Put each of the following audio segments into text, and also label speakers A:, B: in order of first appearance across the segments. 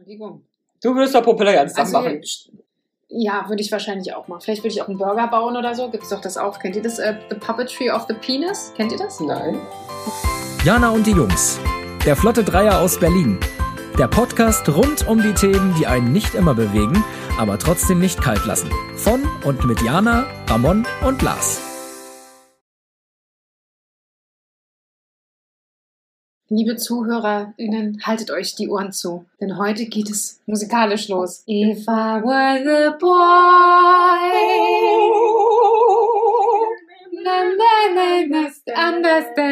A: Bewegung.
B: Du würdest doch Propeller ganz
A: Also,
B: machen.
A: Ja, würde ich wahrscheinlich auch machen. Vielleicht würde ich auch einen Burger bauen oder so. Gibt's doch das auch. Kennt ihr das? Äh, The Puppetry of the Penis? Kennt ihr das?
B: Nein.
C: Jana und die Jungs. Der Flotte Dreier aus Berlin. Der Podcast rund um die Themen, die einen nicht immer bewegen, aber trotzdem nicht kalt lassen. Von und mit Jana, Ramon und Lars.
A: Liebe ZuhörerInnen, haltet euch die Ohren zu, denn heute geht es musikalisch los. If I were the boy, na, na, na, must understand.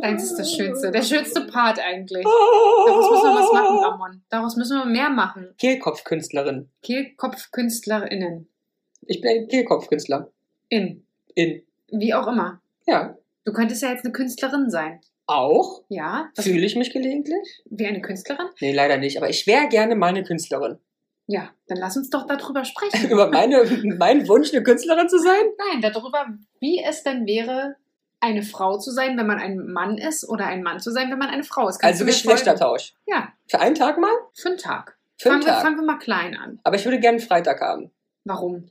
A: Deins ist das Schönste, der schönste Part eigentlich. Daraus müssen wir was machen, Ramon. Daraus müssen wir mehr machen.
B: Kehlkopfkünstlerin.
A: Kehlkopfkünstlerinnen.
B: Ich bin ein Kehlkopfkünstler.
A: In.
B: In.
A: Wie auch immer.
B: Ja.
A: Du könntest ja jetzt eine Künstlerin sein.
B: Auch?
A: Ja? Das,
B: Fühle ich mich gelegentlich?
A: wie eine Künstlerin?
B: Nee, leider nicht. Aber ich wäre gerne mal eine Künstlerin.
A: Ja, dann lass uns doch darüber sprechen.
B: Über meine, meinen Wunsch, eine Künstlerin zu sein?
A: Nein, darüber, wie es denn wäre, eine Frau zu sein, wenn man ein Mann ist, oder ein Mann zu sein, wenn man eine Frau ist. Kannst
B: also
A: du mir folgen?
B: Geschlechtertausch.
A: Ja,
B: Für einen Tag mal?
A: für einen Tag.
B: Für einen
A: fangen, Wir,
B: Tag.
A: fangen wir mal klein an.
B: Aber ich würde gerne einen Freitag haben.
A: Warum?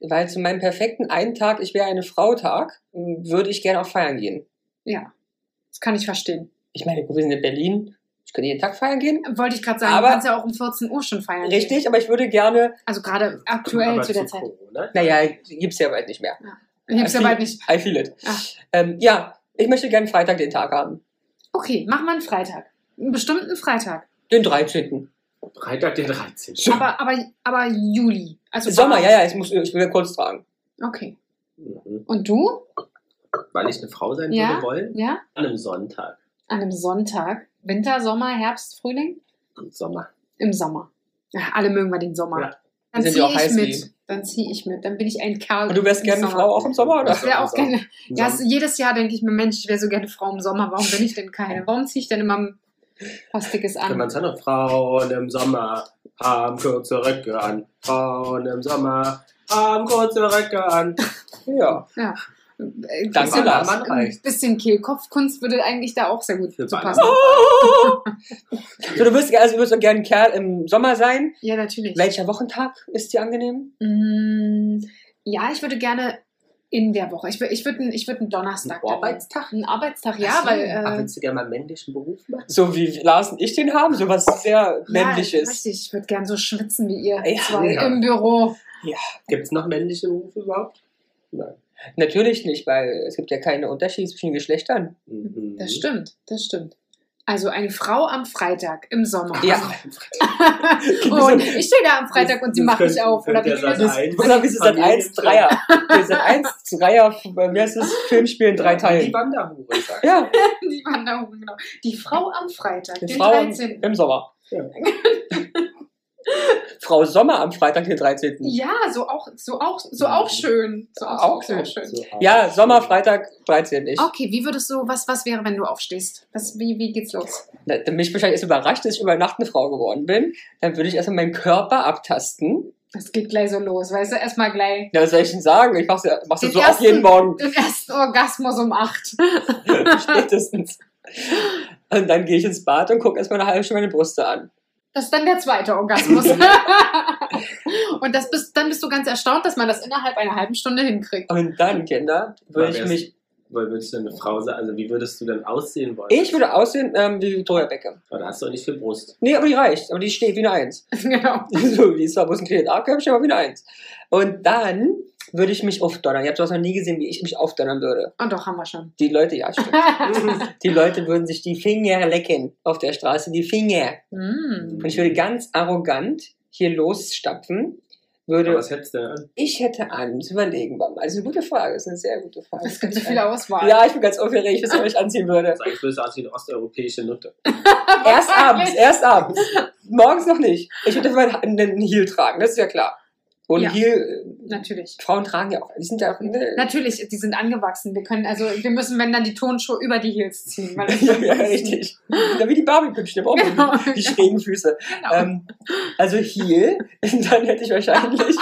B: Weil zu meinem perfekten einen Tag, ich wäre eine Frau-Tag, würde ich gerne auch feiern gehen.
A: Ja, das kann ich verstehen.
B: Ich meine, wir sind in Berlin. Ich könnte jeden Tag feiern gehen.
A: Wollte ich gerade sagen,
B: Aber-
A: du kannst ja auch um 14 Uhr schon feiern. gehen.
B: Richtig, aber ich würde gerne.
A: Also gerade aktuell
D: Aber
A: zu der
D: zu
A: Zeit.
D: Corona?
B: Naja, gibt's ja bald nicht mehr.
A: Ich hab's ja bald nicht. Ah.
B: I feel it.
A: Ach.
B: Ähm, ja, ich möchte gerne Freitag den Tag haben.
A: Okay, mach mal einen Freitag. Einen bestimmten Freitag.
B: Den 13.
D: Freitag, der 13.
A: Aber, aber, aber Juli. Also
B: Sommer, ja, ja, ich, muss, ich will ja kurz tragen.
A: Okay.
D: Mhm.
A: Und du?
D: Weil ich eine Frau sein
A: Ja?
D: würde wollen,
A: Ja?
D: an einem Sonntag
A: An einem Sonntag. Winter, Sommer, Herbst, Frühling?
D: im Sommer.
A: Im Sommer. Ja, alle mögen wir den Sommer.
D: Ja.
A: Dann
B: Sind
A: ziehe
B: wir auch
A: ich
B: heiß
A: mit.
B: lieben.
A: Dann ziehe ich mit. Dann bin ich ein Kerl.
B: Und du wärst
A: im
B: gerne eine
A: Sommer.
B: Frau auch im Sommer, oder?
A: Ich wäre auch
D: Sommer.
A: gerne. Ja, es, jedes Jahr denke ich mir, Mensch, ich wäre so gerne Frau im Sommer. Warum bin ich denn keine? Warum ziehe ich denn immer was Dickes
D: Wenn
A: an?
D: man seine Frauen im Sommer haben kurze Röcke an. Frauen im Sommer haben kurze Röcke an.
B: Ja.
A: Äh,
B: Danke,
A: bisschen-
B: Lars.
D: Mann
A: Ein
D: reicht.
A: bisschen Kehlkopfkunst würde eigentlich da auch sehr gut
D: Für
A: zu
D: Banner.
A: passen.
B: So, du wirst also du wirst auch gerne ein Kerl im Sommer sein.
A: Ja, natürlich.
B: Welcher Wochentag ist dir angenehm?
A: Mm, Ja, ich würde gerne in der Woche. Ich, wür- ich würde ich würd einen Donnerstag.
D: Ein
A: dann-
D: Arbeitstag?
A: Einen Arbeitstag, ja, weil. Äh,
D: Ach, willst du gerne mal einen männlichen Beruf machen?
B: So wie Lars und ich den haben, so was
A: Ja,
B: sehr männliches.
A: richtig, ich würde gern so schwitzen wie ihr
B: Ja,
A: zwei
D: ja.
A: im Büro.
D: Gibt es noch männliche Berufe überhaupt? Nein.
B: Natürlich nicht, weil es gibt ja keine Unterschiede zwischen den Geschlechtern.
D: Mhm.
A: Das stimmt, das stimmt. Also eine Frau am Freitag im Sommer.
B: Ja.
A: Und ich stehe da am Freitag und sie macht mich auf. Oder wie
D: das
A: das ist.
B: Oder wie ist das 1 Dreier? Das ist ein 1 Dreier, bei mir ist es Filmspiel in drei
D: Die
B: Teilen.
D: Wanderhure, sag ich.
B: Ja,
A: Die Wanderung, genau. Die Frau am Freitag,
B: die
A: den
B: Frau
A: 13.
B: im Sommer.
D: Ja.
B: Frau Sommer am Freitag, den 13.
A: Ja, so auch, so auch, so auch schön. So auch,
B: Auch
A: sehr
B: schön.
A: schön.
D: So auch.
B: Ja, Sommer, Freitag, 13. Ich,
A: Okay, wie würdest du, was, was wäre, wenn du aufstehst? Was, wie, wie geht's los?
B: Na, mich wahrscheinlich ist überrascht, dass ich über Nacht eine Frau geworden bin. Dann würde ich erstmal meinen Körper abtasten.
A: Das geht gleich so los, weißt du? Erstmal gleich
B: Ja, was soll ich denn sagen? Ich mach's, ja- mach's ja
A: Den
B: so auf
A: ersten-
B: jeden Morgen
A: den ersten Orgasmus um acht.
B: spätestens. Und dann gehe ich ins Bad und gucke erstmal eine halbe Stunde meine Brüste an.
A: Das ist dann der zweite Orgasmus. und das bist, dann bist du ganz erstaunt, dass man das innerhalb einer halben Stunde hinkriegt.
B: Und dann, Kinder, würde
D: Aber
B: ich
D: wär's-
B: mich.
D: Weil würdest du eine Frau sein? Also, wie würdest du denn aussehen wollen?
B: Ich würde aussehen ähm, wie Victoria Beckham.
D: Aber da hast du auch nicht viel Brust.
B: Nee, aber die reicht. Aber die steht wie eine Eins.
A: genau.
B: So, die ist zwar bloß ein kleines A-Körbchen, aber wie eine Eins. Und dann würde ich mich aufdonnern. Ihr habt sowas noch nie gesehen, wie ich mich aufdonnern würde.
A: Und doch, haben wir schon.
B: Die Leute, ja, stimmt. Die Leute würden sich die Finger lecken auf der Straße, die Finger.
A: Mm.
B: Und ich würde ganz arrogant hier losstapfen.
D: Aber
B: Würde,
D: was hättest du denn an?
B: ich hätte an, das überlegen wir mal. Also eine gute Frage, das ist eine sehr gute Frage.
A: Es gibt so viele Auswahl.
B: Ja, ich bin ganz aufgeregt, was ich euch anziehen würde.
D: Sag ich, würdest du aussehen wie eine osteuropäische Nutte.
B: Erst abends, erst abends. Morgens noch nicht. Ich würde dafür einen, einen Heel tragen, das ist ja klar. Und
A: Ja.
B: Heel,
A: Natürlich.
B: Frauen tragen ja auch, die sind ja auch, ne,
A: Natürlich, die sind angewachsen. Wir können, also wir müssen, wenn dann die Tonschuhe über die Heels ziehen. Weil
B: ja, ja, richtig. Ja, wie die Barbie-Püppchen, aber auch
A: Genau.
B: die schrägen Füße. Ähm, also Heel, dann hätte ich wahrscheinlich.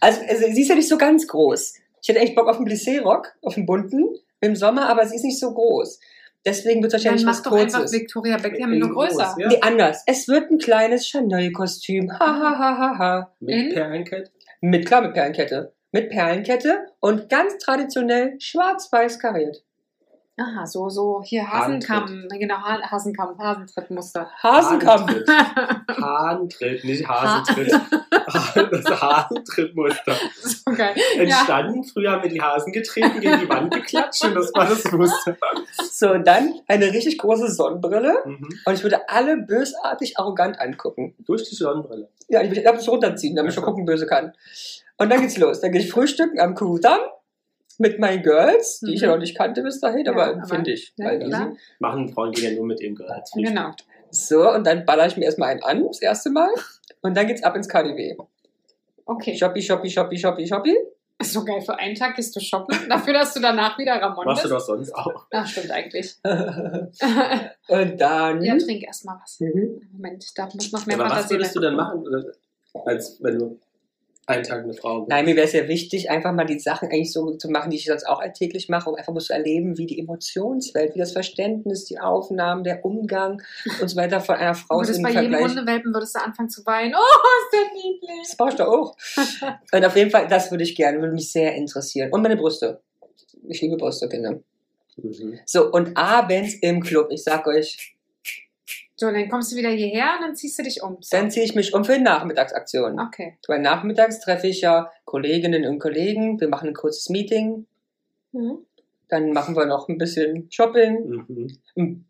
B: Also, also sie ist ja nicht so ganz groß. Ich hätte echt Bock auf einen Blissé-Rock, auf einen bunten im Sommer, aber sie ist nicht so groß. Deswegen wird es
A: Dann
B: wahrscheinlich
A: mach
B: was
A: doch einfach
B: Kurzes. Äh,
A: Victoria Beckham
D: In
A: nur größer.
D: groß, ja.
B: Nee, anders. Es wird ein kleines Chanel-Kostüm. Ha, ha, ha, ha, ha.
A: In-
D: Mit Perlenkette.
B: Mit, klar, mit Perlenkette. Mit Perlenkette und ganz traditionell schwarz-weiß kariert.
A: Aha, so, so, hier Hasenkamm, genau, Ha- Hasenkamm, Hasentrittmuster. Ah,
B: Hasenkampf.
D: Hasentritt. Hahntritt, nicht Hasentritt. Das Hasentrittmuster.
A: So geil. Ja,
D: Entstanden, früher haben wir die Hasen getreten, gegen die Wand geklatscht und das war das Muster.
B: So, und dann eine richtig große Sonnenbrille.
D: Mhm.
B: Und ich würde alle bösartig arrogant angucken.
D: Durch die Sonnenbrille.
B: Ja, ich darf mich runterziehen, damit ich schon gucken böse kann. Und dann geht's los. Dann gehe ich frühstücken am Kudamm mit meinen Girls, die ich ja
A: Mhm.
B: noch nicht kannte bis dahin,
A: Ja,
B: aber
A: aber-
B: finde ich.
A: Ja,
B: weil die
A: klar.
B: sind-
D: Machen Frauen gehen ja nur mit dem Gerät.
A: genau.
B: So, und dann baller ich mir erstmal einen an, das erste Mal. Und dann geht's ab ins KDW.
A: Okay.
B: Shoppi, shoppi, shoppi, shoppi, shoppi.
A: So geil, für einen Tag gehst du shoppen, dafür, dass du danach wieder Ramon
D: Machst du
A: bist.
D: doch sonst auch.
A: Ach, stimmt eigentlich.
B: und
A: ja,
B: dann.
A: trink erstmal was.
B: Mhm.
A: Moment, da muss noch mehr
D: Aber was
A: Fantasie
D: würdest du dann machen, als wenn du einen Tag eine Frau bist?
B: Nein, mir wäre es ja wichtig, einfach mal die Sachen eigentlich so zu machen, die ich sonst auch alltäglich mache, um einfach mal zu erleben, wie die Emotionswelt, wie das Verständnis, die Aufnahmen, der Umgang und so weiter von einer
A: Du
B: Frau
A: würdest
B: im
A: bei jedem
B: Vergleich.
A: Hundewelpen würdest du anfangen zu weinen. Oh, ist der niedlich.
B: Das brauchst du auch. Und auf jeden Fall, das würde ich gerne, würde mich sehr interessieren. Und meine Brüste. Ich liebe Brüste, Kinder.
D: Mhm.
B: So, und abends im Club, ich sag euch,
A: So, dann kommst du wieder hierher und dann ziehst du dich um. So.
B: dann ziehe ich mich um für eine Nachmittagsaktion.
A: Okay.
B: Weil nachmittags treffe ich ja Kolleginnen und Kollegen, wir machen ein kurzes Meeting,
A: Mhm.
B: dann machen wir noch ein bisschen Shopping,
D: Mhm.
B: ein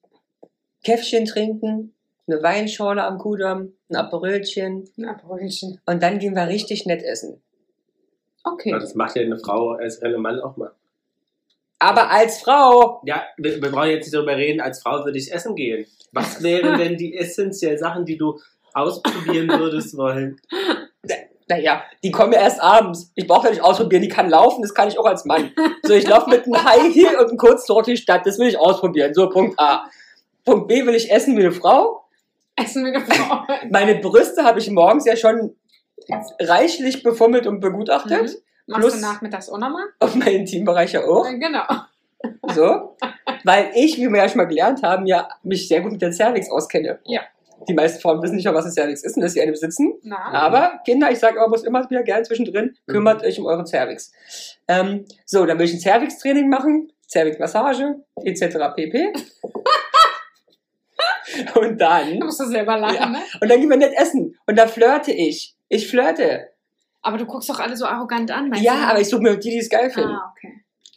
B: Käffchen trinken, eine Weinschorle am Kudamm, ein Aperölchen
A: Ein Aperolchen.
B: und dann gehen wir richtig nett essen.
A: Okay.
D: Ja, Das macht ja eine Frau als ein Mann auch mal.
B: Aber als Frau,
D: Ja, wir, wir brauchen jetzt nicht darüber reden, als Frau würde ich essen gehen. Was wären denn die essentiellen Sachen, die du ausprobieren würdest wollen?
B: naja, die kommen ja erst abends. Ich brauche ja nicht ausprobieren, die kann laufen, das kann ich auch als Mann. So, ich laufe mit einem High Heel und einem kurzen Rock durch die Stadt, das will ich ausprobieren. So, Punkt A. Punkt B will ich essen wie eine Frau.
A: Essen wir eine Frau.
B: Meine Brüste habe ich morgens ja schon reichlich befummelt und begutachtet.
A: Machst
B: Plus-
A: du nachmittags auch nochmal?
B: Und meinen Intimbereich ja auch.
A: Äh, Genau.
B: So. Weil ich, wie wir ja schon mal gelernt haben, ja mich sehr gut mit der Cervix auskenne.
A: Ja. Mhm.
B: Die meisten Frauen wissen nicht mal, was eine Cervix ist und dass sie eine besitzen.
A: Na,
B: Aber Kinder, ich sage aber bloß immer wieder gern zwischendrin,
D: Mhm.
B: kümmert euch um euren Cervix. Ähm, so, dann will ich ein Cervix-Training machen, Cervix-Massage, etc. pp. und dann
A: da musst du selber lachen, ne?
B: Und dann gehen wir nett essen. Und da flirte ich. Ich flirte.
A: Aber du guckst doch alle so arrogant an, meinst du?
B: Ja, aber ich suche mir die, die es geil finden.
A: Ah, okay.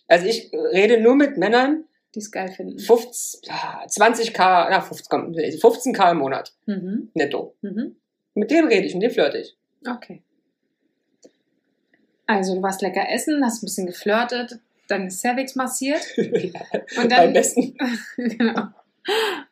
B: Also ich rede nur mit Männern
A: Die es geil finden.
B: 15, ah, 20k, na 15, komm, 15k im Monat
A: Mhm.
B: netto.
A: Mhm.
B: Mit denen rede ich, mit denen flirte ich.
A: Okay. Also, du warst lecker essen, hast ein bisschen geflirtet, deine Cervix massiert und
B: Am
A: dann.
B: besten.
A: genau.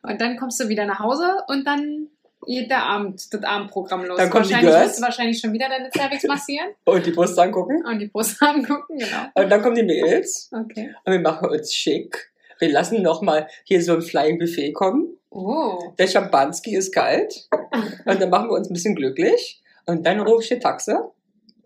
A: Und dann kommst du wieder nach Hause und dann geht der Abend, das Abendprogramm los.
B: Dann kommen die
A: wahrscheinlich
B: Girls.
A: musst du wahrscheinlich schon wieder deine Cervix massieren
B: Und die Brust angucken.
A: und die Brust angucken, genau.
B: Und dann kommen die Mädels.
A: Okay.
B: Und wir machen uns schick. Wir lassen nochmal hier so ein Flying Buffet kommen.
A: Oh.
B: Der Schampanski ist kalt. Und dann machen wir uns ein bisschen glücklich. Und dann rufe ich die Taxe.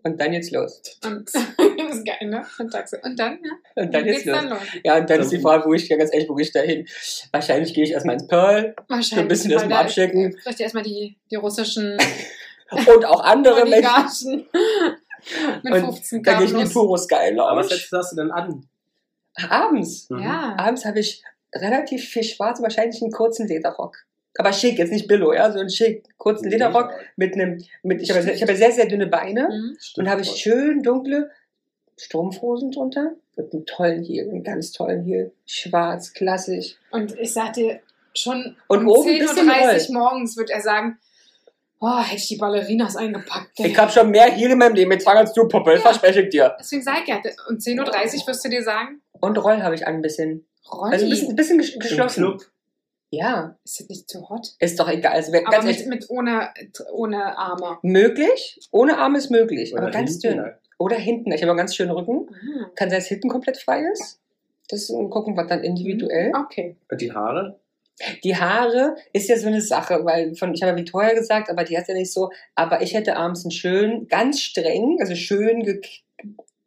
B: Und dann jetzt los.
A: Und das ist geil, ne? Und Taxi. Und dann, ja?
B: Und dann jetzt
A: geht's
B: los.
A: dann los.
B: Ja, und dann ist die Frage, wo ich, ja ganz ehrlich, wo gehe ich da hin? Wahrscheinlich gehe ich erstmal ins Pearl
A: Wahrscheinlich.
B: ein bisschen
A: weil
B: erstmal
A: da-
B: abchecken.
A: Vielleicht erstmal die, die russischen
B: und auch andere Menschen.
A: Oligarchen mit
B: Und
A: 15
B: Da gehe ich in die
A: Kabelus.
B: Puro Sky
D: Aber was
B: Lounge.
D: setzt du denn an?
B: Abends.
D: Mhm.
A: Ja.
B: Abends habe ich relativ viel schwarz, wahrscheinlich einen kurzen Lederrock. Aber schick, jetzt nicht Billo, ja, so einen schick,
D: Mhm.
B: kurzen Lederrock mit einem, mit, ich habe ich habe sehr, sehr dünne Beine
A: Mhm.
B: und habe ich schön dunkle Strumpfhosen drunter mit einem tollen Heel, einem ganz tollen Heel, schwarz, klassisch.
A: Und ich sag dir, schon
B: Und
A: um
B: oben ein bisschen
A: 10.30 Uhr morgens wird er sagen, oh, hätte ich die Ballerinas eingepackt.
B: Ich habe schon mehr Heel in meinem Leben, jetzt sagen als du, Puppe,
A: Ja.
B: verspreche ich dir.
A: Deswegen sag ich ja, um 10.30 Uhr wirst du dir sagen,
B: Und Roll habe ich an ein bisschen.
A: Rolli,
B: Also ein bisschen, ein bisschen gesch-
D: Im
B: geschlossen.
D: Club.
B: Ja,
A: ist das nicht zu hot?
B: ist doch egal. Also, wer-
A: Aber
B: ganz
A: mit,
B: ehrlich,
A: mit ohne, ohne Arme.
B: möglich, ohne Arm ist möglich, aber
D: Oder
B: ganz
D: hinten,
A: halt.
B: dünn. Oder hinten. Ich habe einen ganz schönen Rücken.
A: Ah,
B: Kann sein, dass hinten komplett frei ist. Das äh, gucken wir dann individuell.
A: Okay.
D: Und die Haare?
A: Mhm.
B: Die Haare ist ja so eine Sache, weil von, ich habe ja Victoria gesagt, aber die hat ja nicht so. Aber ich hätte abends einen schönen, ganz streng, also schön gek-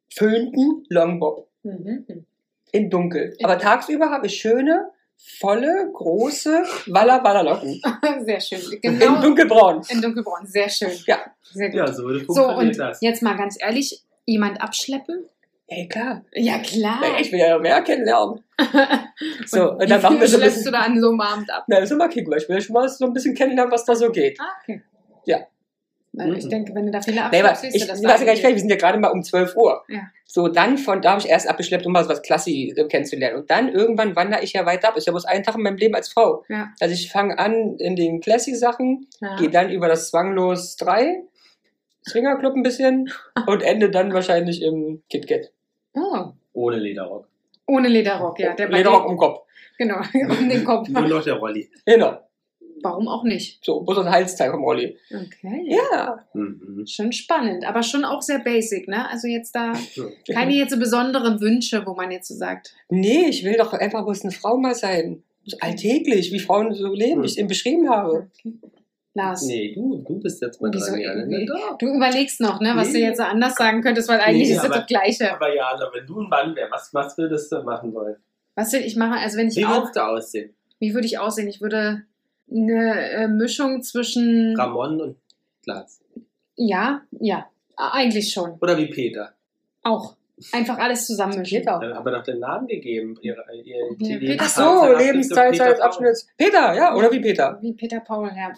B: geföhnten Longbob
A: Mhm.
B: in dunkel.
A: In-
B: Aber tagsüber habe ich schöne, volle, große Walla Walla Locken.
A: Sehr schön.
B: In
A: Genau.
B: dunkelbraun.
A: In dunkelbraun. Sehr schön.
B: Ja.
A: Sehr gut.
D: Ja, so würde
A: so, und
D: funktioniert das.
A: jetzt mal ganz ehrlich, jemand abschleppen?
B: Ey, klar.
A: Ja, klar.
B: Ey, Ich will ja mehr kennenlernen. So, und, dann
A: wie
B: machen wir
A: viel
B: so
A: schleppst du
B: ein bisschen.
A: da an so einem Abend ab?
B: Na, das ist immer kicken, weil ich will ja schon mal so ein bisschen kennenlernen, was da so geht.
A: Ah, okay.
B: Ja.
A: Weil Ich
D: Mhm.
A: denke, wenn du da viele
B: Nee,
A: abschleppst,
B: aber ich,
A: siehst
B: ich
A: du das
B: weiß
A: da
B: ja gar nicht,
A: angeht.
B: wir sind ja gerade mal um 12 Uhr.
A: Ja.
B: So, dann von da habe ich erst abgeschleppt, um mal so was Klassi äh, kennenzulernen. Und dann irgendwann wandere ich ja weiter ab. Ist ja bloß ein Tag in meinem Leben als Frau.
A: Ja.
B: Also ich fange an in den Klassi-Sachen,
A: Ja.
B: gehe dann über das Zwanglos 3, Swingerclub ein bisschen und ende dann wahrscheinlich im KitKat.
A: Oh,
D: Ohne Lederrock.
A: ohne Lederrock, ja. Der bei
B: Lederrock
A: dem-
B: um Kopf.
A: Genau, um den Kopf.
D: Nur noch der Rolli.
B: Genau.
A: Warum auch nicht?
B: So, bloß ein Halsteil vom Rolli.
A: Okay.
B: Ja.
D: Mhm.
A: Schon spannend, aber schon auch sehr basic, ne? Also jetzt da
D: So.
A: keine jetzt so besonderen Wünsche, wo man jetzt so sagt.
B: Nee, ich will doch einfach bloß eine Frau mal sein. So Alltäglich, wie Frauen so leben, wie ich es eben beschrieben habe.
A: Okay. Lars,
D: Nee, du, du bist jetzt mal
A: Wieso
D: dran. Ja,
A: irgendwie?
D: ne? Doch.
A: du überlegst noch, ne, was du
D: Nee.
A: jetzt so anders sagen könntest, weil eigentlich
D: Nee,
A: ist das
D: aber-
A: das Gleiche.
D: Aber ja, also, wenn du ein Mann wärst, was, was würdest du machen wollen?
A: Was will ich machen? Also wenn ich
D: Wie
A: auch,
D: würdest du aussehen?
A: wie würde ich aussehen? Ich würde eine äh, Mischung zwischen
B: Hm.
D: Ramon und Glas.
A: ja, ja, Ah, eigentlich schon,
D: Oder wie Peter.
A: auch einfach alles zusammenmischen.
B: Peter.
D: Dann haben wir doch den Namen gegeben. Ihre, ihr,
A: Ja,
D: die
A: Peter.
B: Ach so, Lebenszeitabschnitt. Peter, ja, oder wie Peter?
A: Wie Peter Paul, ja.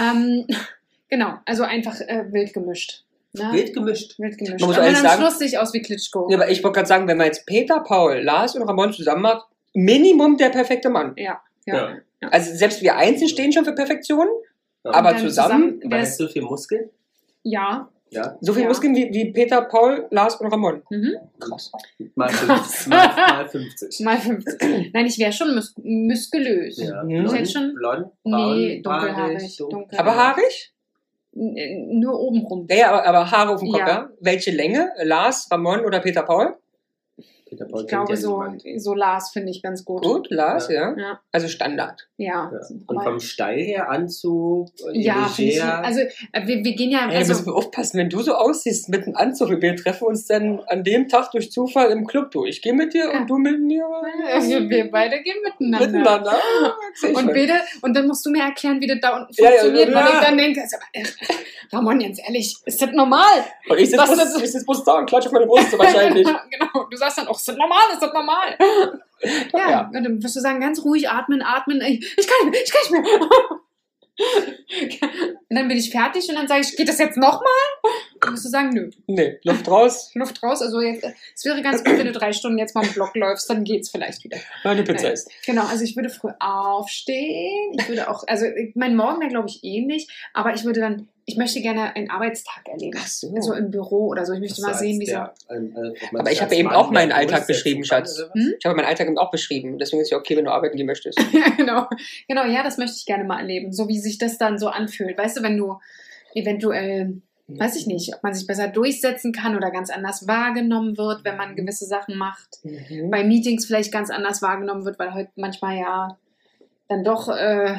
A: Ähm, genau, also einfach äh, wild gemischt. Ne?
D: Wild gemischt.
A: Wild gemischt.
B: Man muss
A: Aber
B: ehrlich
A: dann am
B: sagen-
A: Schluss sehe ich aus wie Klitschko.
B: Ja, aber ich wollte gerade sagen, wenn man jetzt Peter, Paul, Lars und Ramon zusammen macht, Minimum der perfekte Mann.
A: Ja.
B: Also selbst wir einzeln stehen schon für Perfektion,
D: Ja.
B: aber
A: Dann
B: zusammen,
A: zusammen
D: Weil
A: wär's-
D: hast du viel Muskeln?
A: ja.
D: Ja.
B: so viel
A: Ja.
B: Muskeln wie, wie Peter, Paul, Lars und Ramon.
A: Mhm.
B: Krass.
D: Mal, fünf, mal, mal 50.
A: Mal 50. Nein, ich wäre schon mus muskulös.
D: Ja.
B: Mhm.
A: Ist jetzt schon-
D: blond, braun,
A: Nee, dunkelhaarig.
D: haarig, dunkel.
A: Dunkel.
B: Aber haarig?
A: N- n- Nur obenrum.
B: Ja, ja, aber, aber Haare auf dem Kopf,
A: Ja.
B: ja. Welche Länge? Lars, Ramon oder Peter, Paul?
D: Peter Paul
A: Ich glaube,
D: kennt ja
A: so,
D: niemand.
A: so Lars finde ich ganz gut.
B: Gut, Lars, ja.
A: Ja.
B: Also Standard.
A: Ja.
D: Ja. Und
A: Aber-
D: vom Steil her Anzug, äh,
A: Ja, finde ich.
D: leger.
A: Also, äh, wir, wir gehen ja.
B: Ey, müssen
A: Also,
B: wir aufpassen, wenn du so aussiehst mit einem Anzug, wir treffen uns dann an dem Tag durch Zufall im Club, du. Ich gehe mit dir
A: Ja.
B: und du mit mir.
A: wir, wir beide gehen miteinander.
B: Miteinander. Ah, erzähl ich
A: Und
B: mal.
A: bitte, und dann musst du mir erklären, wie das da unten
B: Ja, ja,
A: funktioniert,
B: ja. Ah.
A: weil ich dann denke, also, äh, Ramon, ganz ehrlich, ist das normal?
B: Und ich
A: Was
B: sitze bloß, ich sitz bloß da und klatsche auf meine Brust wahrscheinlich.
A: genau. Du sagst dann auch, ist das normal, ist das normal? Ja,
B: Ja.
A: und dann wirst du sagen, ganz ruhig atmen, atmen. Ich, ich kann nicht mehr, ich kann nicht mehr. Und dann bin ich fertig und dann sage ich, geht das jetzt nochmal? Dann musst du sagen, nö,
B: Nee, Luft raus,
A: Luft raus. Also jetzt, äh, es wäre ganz gut, wenn du drei Stunden jetzt mal im Block läufst, dann geht's vielleicht wieder.
B: meine Pizza
A: Nein.
B: ist.
A: Genau, also ich würde früh aufstehen. Ich würde auch, also ich- mein Morgen wäre, glaube ich, ähnlich, aber ich würde dann, ich möchte gerne einen Arbeitstag erleben.
B: Ach so.
A: So im Büro oder so. Ich möchte
D: So
A: mal
D: als
A: sehen, wie so.
D: der- ein- ein- ob man
B: Aber
D: sich
B: ich habe
D: als
B: eben
D: Mann
B: auch meinen
D: mal
B: Alltag
D: durchsetzen
B: beschrieben,
D: kann,
B: Schatz.
D: oder was?
B: Ich habe meinen Alltag eben auch beschrieben. Deswegen ist ja okay, wenn du arbeiten gehen möchtest.
A: Ja, genau. Genau, ja, das möchte ich gerne mal erleben. So wie sich das dann so anfühlt. Weißt du, wenn du eventuell, weiß ich nicht, ob man sich besser durchsetzen kann oder ganz anders wahrgenommen wird, wenn man gewisse Sachen macht.
B: Mhm.
A: Bei Meetings vielleicht ganz anders wahrgenommen wird, weil heute manchmal ja dann doch äh,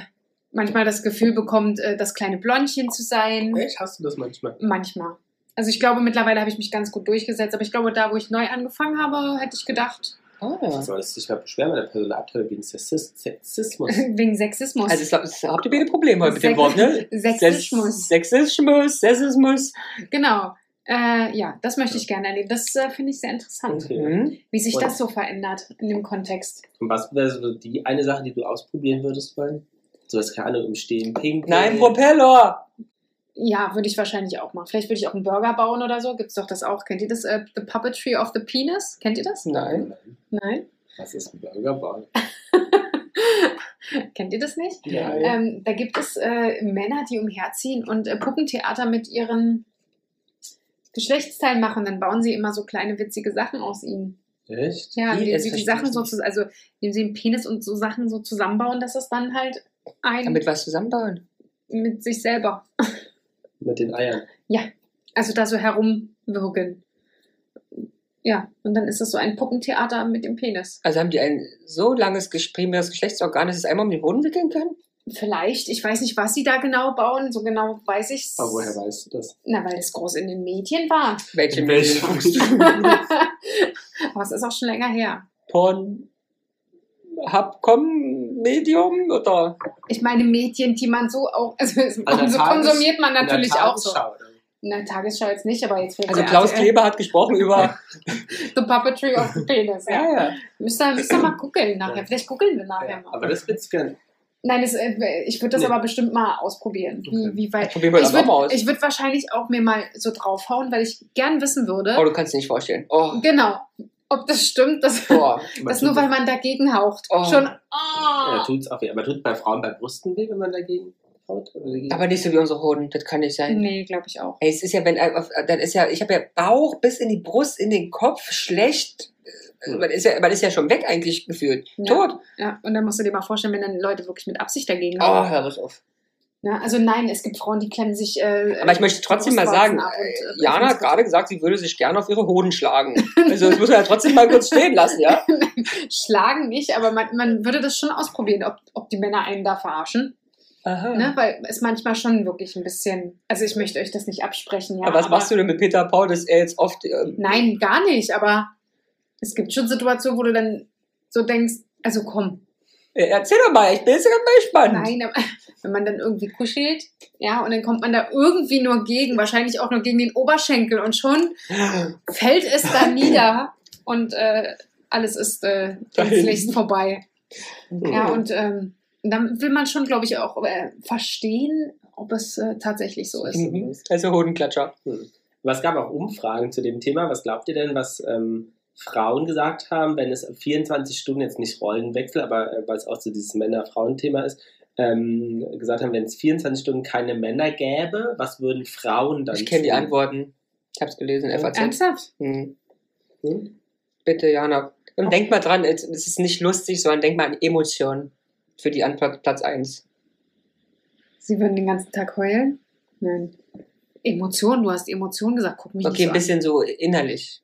A: manchmal das Gefühl bekommt, äh, das kleine Blondchen zu sein.
D: Echt? Hast du das manchmal?
A: Manchmal. Also ich glaube, mittlerweile habe ich mich ganz gut durchgesetzt, aber ich glaube, da, wo ich neu angefangen habe, hätte ich gedacht,
D: Du
B: Ah.
D: solltest dich mal beschweren bei der Personalabteilung wegen Sexis- Sexismus.
A: wegen Sexismus.
B: Also ich glaube, es- habt ihr wieder Probleme heute mit dem
A: Sex-
B: Wort, ne?
A: Sexismus.
B: Sex- Sexismus, Sexismus.
A: Genau. Äh, ja, das möchte ich gerne erleben. Das äh, finde ich sehr interessant,
D: Okay.
B: Mhm.
A: wie sich
D: Und-
A: das so verändert in dem Kontext.
D: Und was wäre so die eine Sache, die du ausprobieren würdest wollen? So was, keine Ahnung, im Stehen pinkeln.
B: Nein, Propeller.
A: Ja, würde ich wahrscheinlich auch machen. Vielleicht würde ich auch einen Burger bauen oder so. Gibt es doch das auch. Kennt ihr das? Äh, the Puppetry of the Penis? Kennt ihr das?
B: Nein.
A: Nein?
D: Was ist ein Burgerbar?
A: Kennt ihr das nicht?
B: Ja.
A: Ähm, da gibt es äh, Männer, die umherziehen und äh, Puppentheater mit ihren Geschlechtsteilen machen. Dann bauen sie immer so kleine witzige Sachen aus ihnen.
D: Echt?
A: Ja,
B: Wie?
A: wie,
B: Das
A: wie die
B: verstehe
A: Sachen
B: ich
A: so
B: nicht.
A: zu, also indem sie den Penis und so Sachen so zusammenbauen, dass es dann halt ein
B: Damit was zusammenbauen.
A: mit sich selber
D: Mit den Eiern.
A: Also da so herumwirken. Ja, und dann ist es so ein Puppentheater mit dem Penis.
B: Also haben die ein so langes Gespräch mit das Geschlechtsorgan, dass sie es einmal um den Boden wickeln können?
A: Vielleicht, ich weiß nicht, was sie da genau bauen, so genau weiß ich's.
D: Aber woher weißt du das?
A: Na, weil es groß in den Medien war.
B: Welche
D: Welche?
A: Aber es ist auch schon länger her.
B: Porn. Habcom-Medium oder?
A: Ich meine Medien, die man so auch, also,
D: der
A: so
D: Tages-
A: konsumiert man natürlich
D: in der
A: auch so.
D: Tagesschau.
A: In der Tagesschau jetzt nicht, aber jetzt
B: Also Klaus Kleber hat gesprochen über.
A: The Puppetry of the Penis, ja.
B: ja.
A: Müsst ihr, müsst ihr mal googeln nachher. Vielleicht googeln wir nachher
D: Ja,
A: mal.
D: aber das wird's gern.
A: Nein, das, äh, ich würde das
D: Nee.
A: aber bestimmt mal ausprobieren. Wie,
D: Okay.
A: wie weit.
B: Probieren wir
A: Ich
B: das auch mal aus.
A: würde ich würd wahrscheinlich auch mir mal so draufhauen, weil ich gern wissen
B: Oh,
A: würde,
B: du kannst dir nicht vorstellen. Oh,
A: genau, ob das stimmt, dass,
B: boah.
A: dass nur weil man dagegen haucht,
B: Oh.
A: schon,
D: Ja,
A: oh,
D: tut's auch weh. Aber tut's bei Frauen bei Brüsten weh, wenn man dagegen haut? Oder dagegen?
B: Aber nicht so wie unser Hoden, das kann nicht sein.
A: nee, glaube ich auch.
B: Ey, es ist ja, wenn, äh, dann ist ja, ich habe ja Bauch bis in die Brust, in den Kopf, schlecht. Äh, Man ist ja, man ist ja schon weg eigentlich gefühlt.
A: Ja.
B: Tot.
A: Ja, und dann musst du dir mal vorstellen, wenn dann Leute wirklich mit Absicht dagegen
B: Oh,
A: hauen.
B: hör es auf.
A: Ne? Also nein, es gibt Frauen, die klemmen sich. Äh,
B: Aber ich möchte trotzdem mal sagen,
A: Brustwarzen ab und, äh,
B: Jana hat gerade gesagt, sie würde sich gerne auf ihre Hoden schlagen. Also das muss man ja trotzdem mal kurz stehen lassen, ja?
A: Schlagen nicht, aber man, man würde das schon ausprobieren, ob, ob die Männer einen da verarschen.
B: Aha.
A: Ne? Weil es manchmal schon wirklich ein bisschen. Also ich möchte euch das nicht absprechen. Ja,
B: aber was machst du denn mit Peter Paul, dass er jetzt oft... Ähm,
A: Nein, gar nicht, aber es gibt schon Situationen, wo du dann so denkst, also komm,
B: äh, erzähl doch mal, ich bin jetzt ganz gespannt.
A: nein, aber wenn man dann irgendwie kuschelt, ja, und dann kommt man da irgendwie nur gegen, wahrscheinlich auch nur gegen den Oberschenkel und schon fällt es da nieder und äh, alles ist äh, längst vorbei.
B: Mhm.
A: Ja, und ähm, dann will man schon, glaube ich, auch äh, verstehen, ob es äh, tatsächlich so ist.
B: Mhm. Also Hodenklatscher.
D: Aber es gab auch Umfragen zu dem Thema. Was glaubt ihr denn, was ähm, Frauen gesagt haben, wenn es 24 Stunden jetzt nicht Rollenwechsel, aber äh, weil es auch so dieses Männer-Frauen-Thema ist, ähm, gesagt haben, wenn es 24 Stunden keine Männer gäbe, was würden Frauen dann
B: Ich kenne die
D: tun?
B: Antworten. Ich hab's gelesen, FAZ.
A: Ernsthaft?
B: Mhm.
D: Hm?
B: Bitte, Jana. Und denk mal dran, es es ist nicht lustig, sondern denk mal an Emotionen für die Antwort Platz 1.
A: Sie würden den ganzen Tag heulen? Nein. Emotionen, du hast Emotionen gesagt, guck mich
B: Okay, ein
A: nicht so
B: bisschen so innerlich.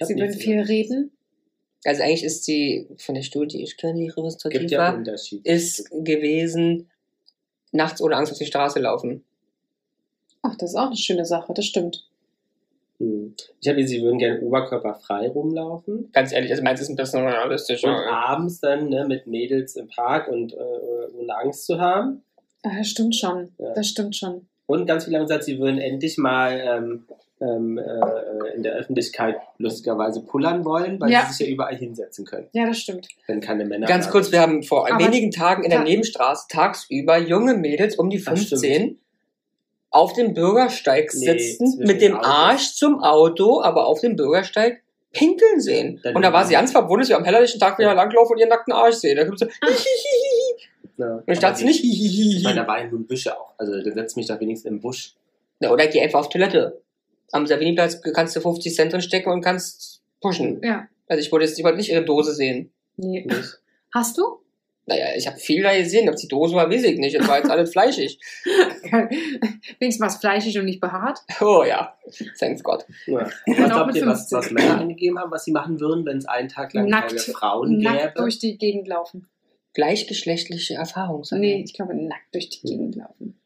A: an.
D: hab
A: Sie würden
D: nichts.
A: viel reden?
B: Also eigentlich ist die von der Studie, ich kenne die repräsentativ
D: gibt ja einen
B: war,
D: Unterschied.
B: ist gewesen, nachts ohne Angst auf die Straße laufen.
A: Ach, das ist auch eine schöne Sache, das stimmt.
D: Hm. Ich habe sie würden gerne oberkörperfrei rumlaufen.
B: Ganz ehrlich, also meins ist ein bisschen realistisch.
D: Und abends dann ne, mit Mädels im Park und äh, ohne Angst zu haben.
A: Ah, Das stimmt schon,
D: Ja.
A: das stimmt schon.
D: Und ganz viele haben gesagt, sie würden endlich mal ähm, ähm, äh, in der Öffentlichkeit lustigerweise pullern wollen, weil
A: Ja.
D: sie sich ja überall hinsetzen können,
A: Ja, das stimmt.
D: wenn keine Männer
B: Ganz
D: da
B: kurz,
D: sind.
B: wir haben vor
A: Aber-
B: wenigen Tagen in der
A: Ja.
B: Nebenstraße tagsüber junge Mädels um die
D: Das stimmt.
B: 15 auf dem Bürgersteig
D: Nee,
B: sitzen,
D: zwischen
B: mit dem
D: Autos.
B: Arsch zum Auto, aber auf dem Bürgersteig pinkeln sehen.
D: Dann-
B: und da war sie ganz verwundert, dass ich am hellerlichen Tag wieder
D: Ja.
B: langlaufe und ihren nackten Arsch sehe. Da gibt's so, hihihihi.
D: Ja.
B: Und ich dachte sie
D: ne? Aber
B: nicht,
D: die- Ich meine,
B: hihihihi.
D: da waren nun Büsche auch. Also da setzt mich doch wenigstens im Busch.
B: Na, Oder geh einfach auf Toilette. Am Saviniplatz kannst du 50 Cent stecken und kannst pushen.
A: Ja.
B: Also ich wollte jetzt ich wollte nicht ihre Dose sehen.
A: Nee.
D: Nicht?
A: Hast du?
B: Naja, ich habe viel da gesehen, ob die Dose war, weiß ich nicht. Es war jetzt alles fleischig.
A: Wenigstens war es fleischig und nicht behaart.
B: Oh ja, thanks Gott.
D: Ja. Was
A: auch
D: glaubt
A: mit
D: ihr, was,
A: 15.
D: was Männer angegeben haben, was sie machen würden, wenn es einen Tag lang
A: Nackt.
D: keine Frauen
A: Nackt
D: gäbe?
A: durch die Gegend laufen.
B: Gleichgeschlechtliche Erfahrung sein.
A: Nee, ich glaube, nackt durch die Gegend laufen.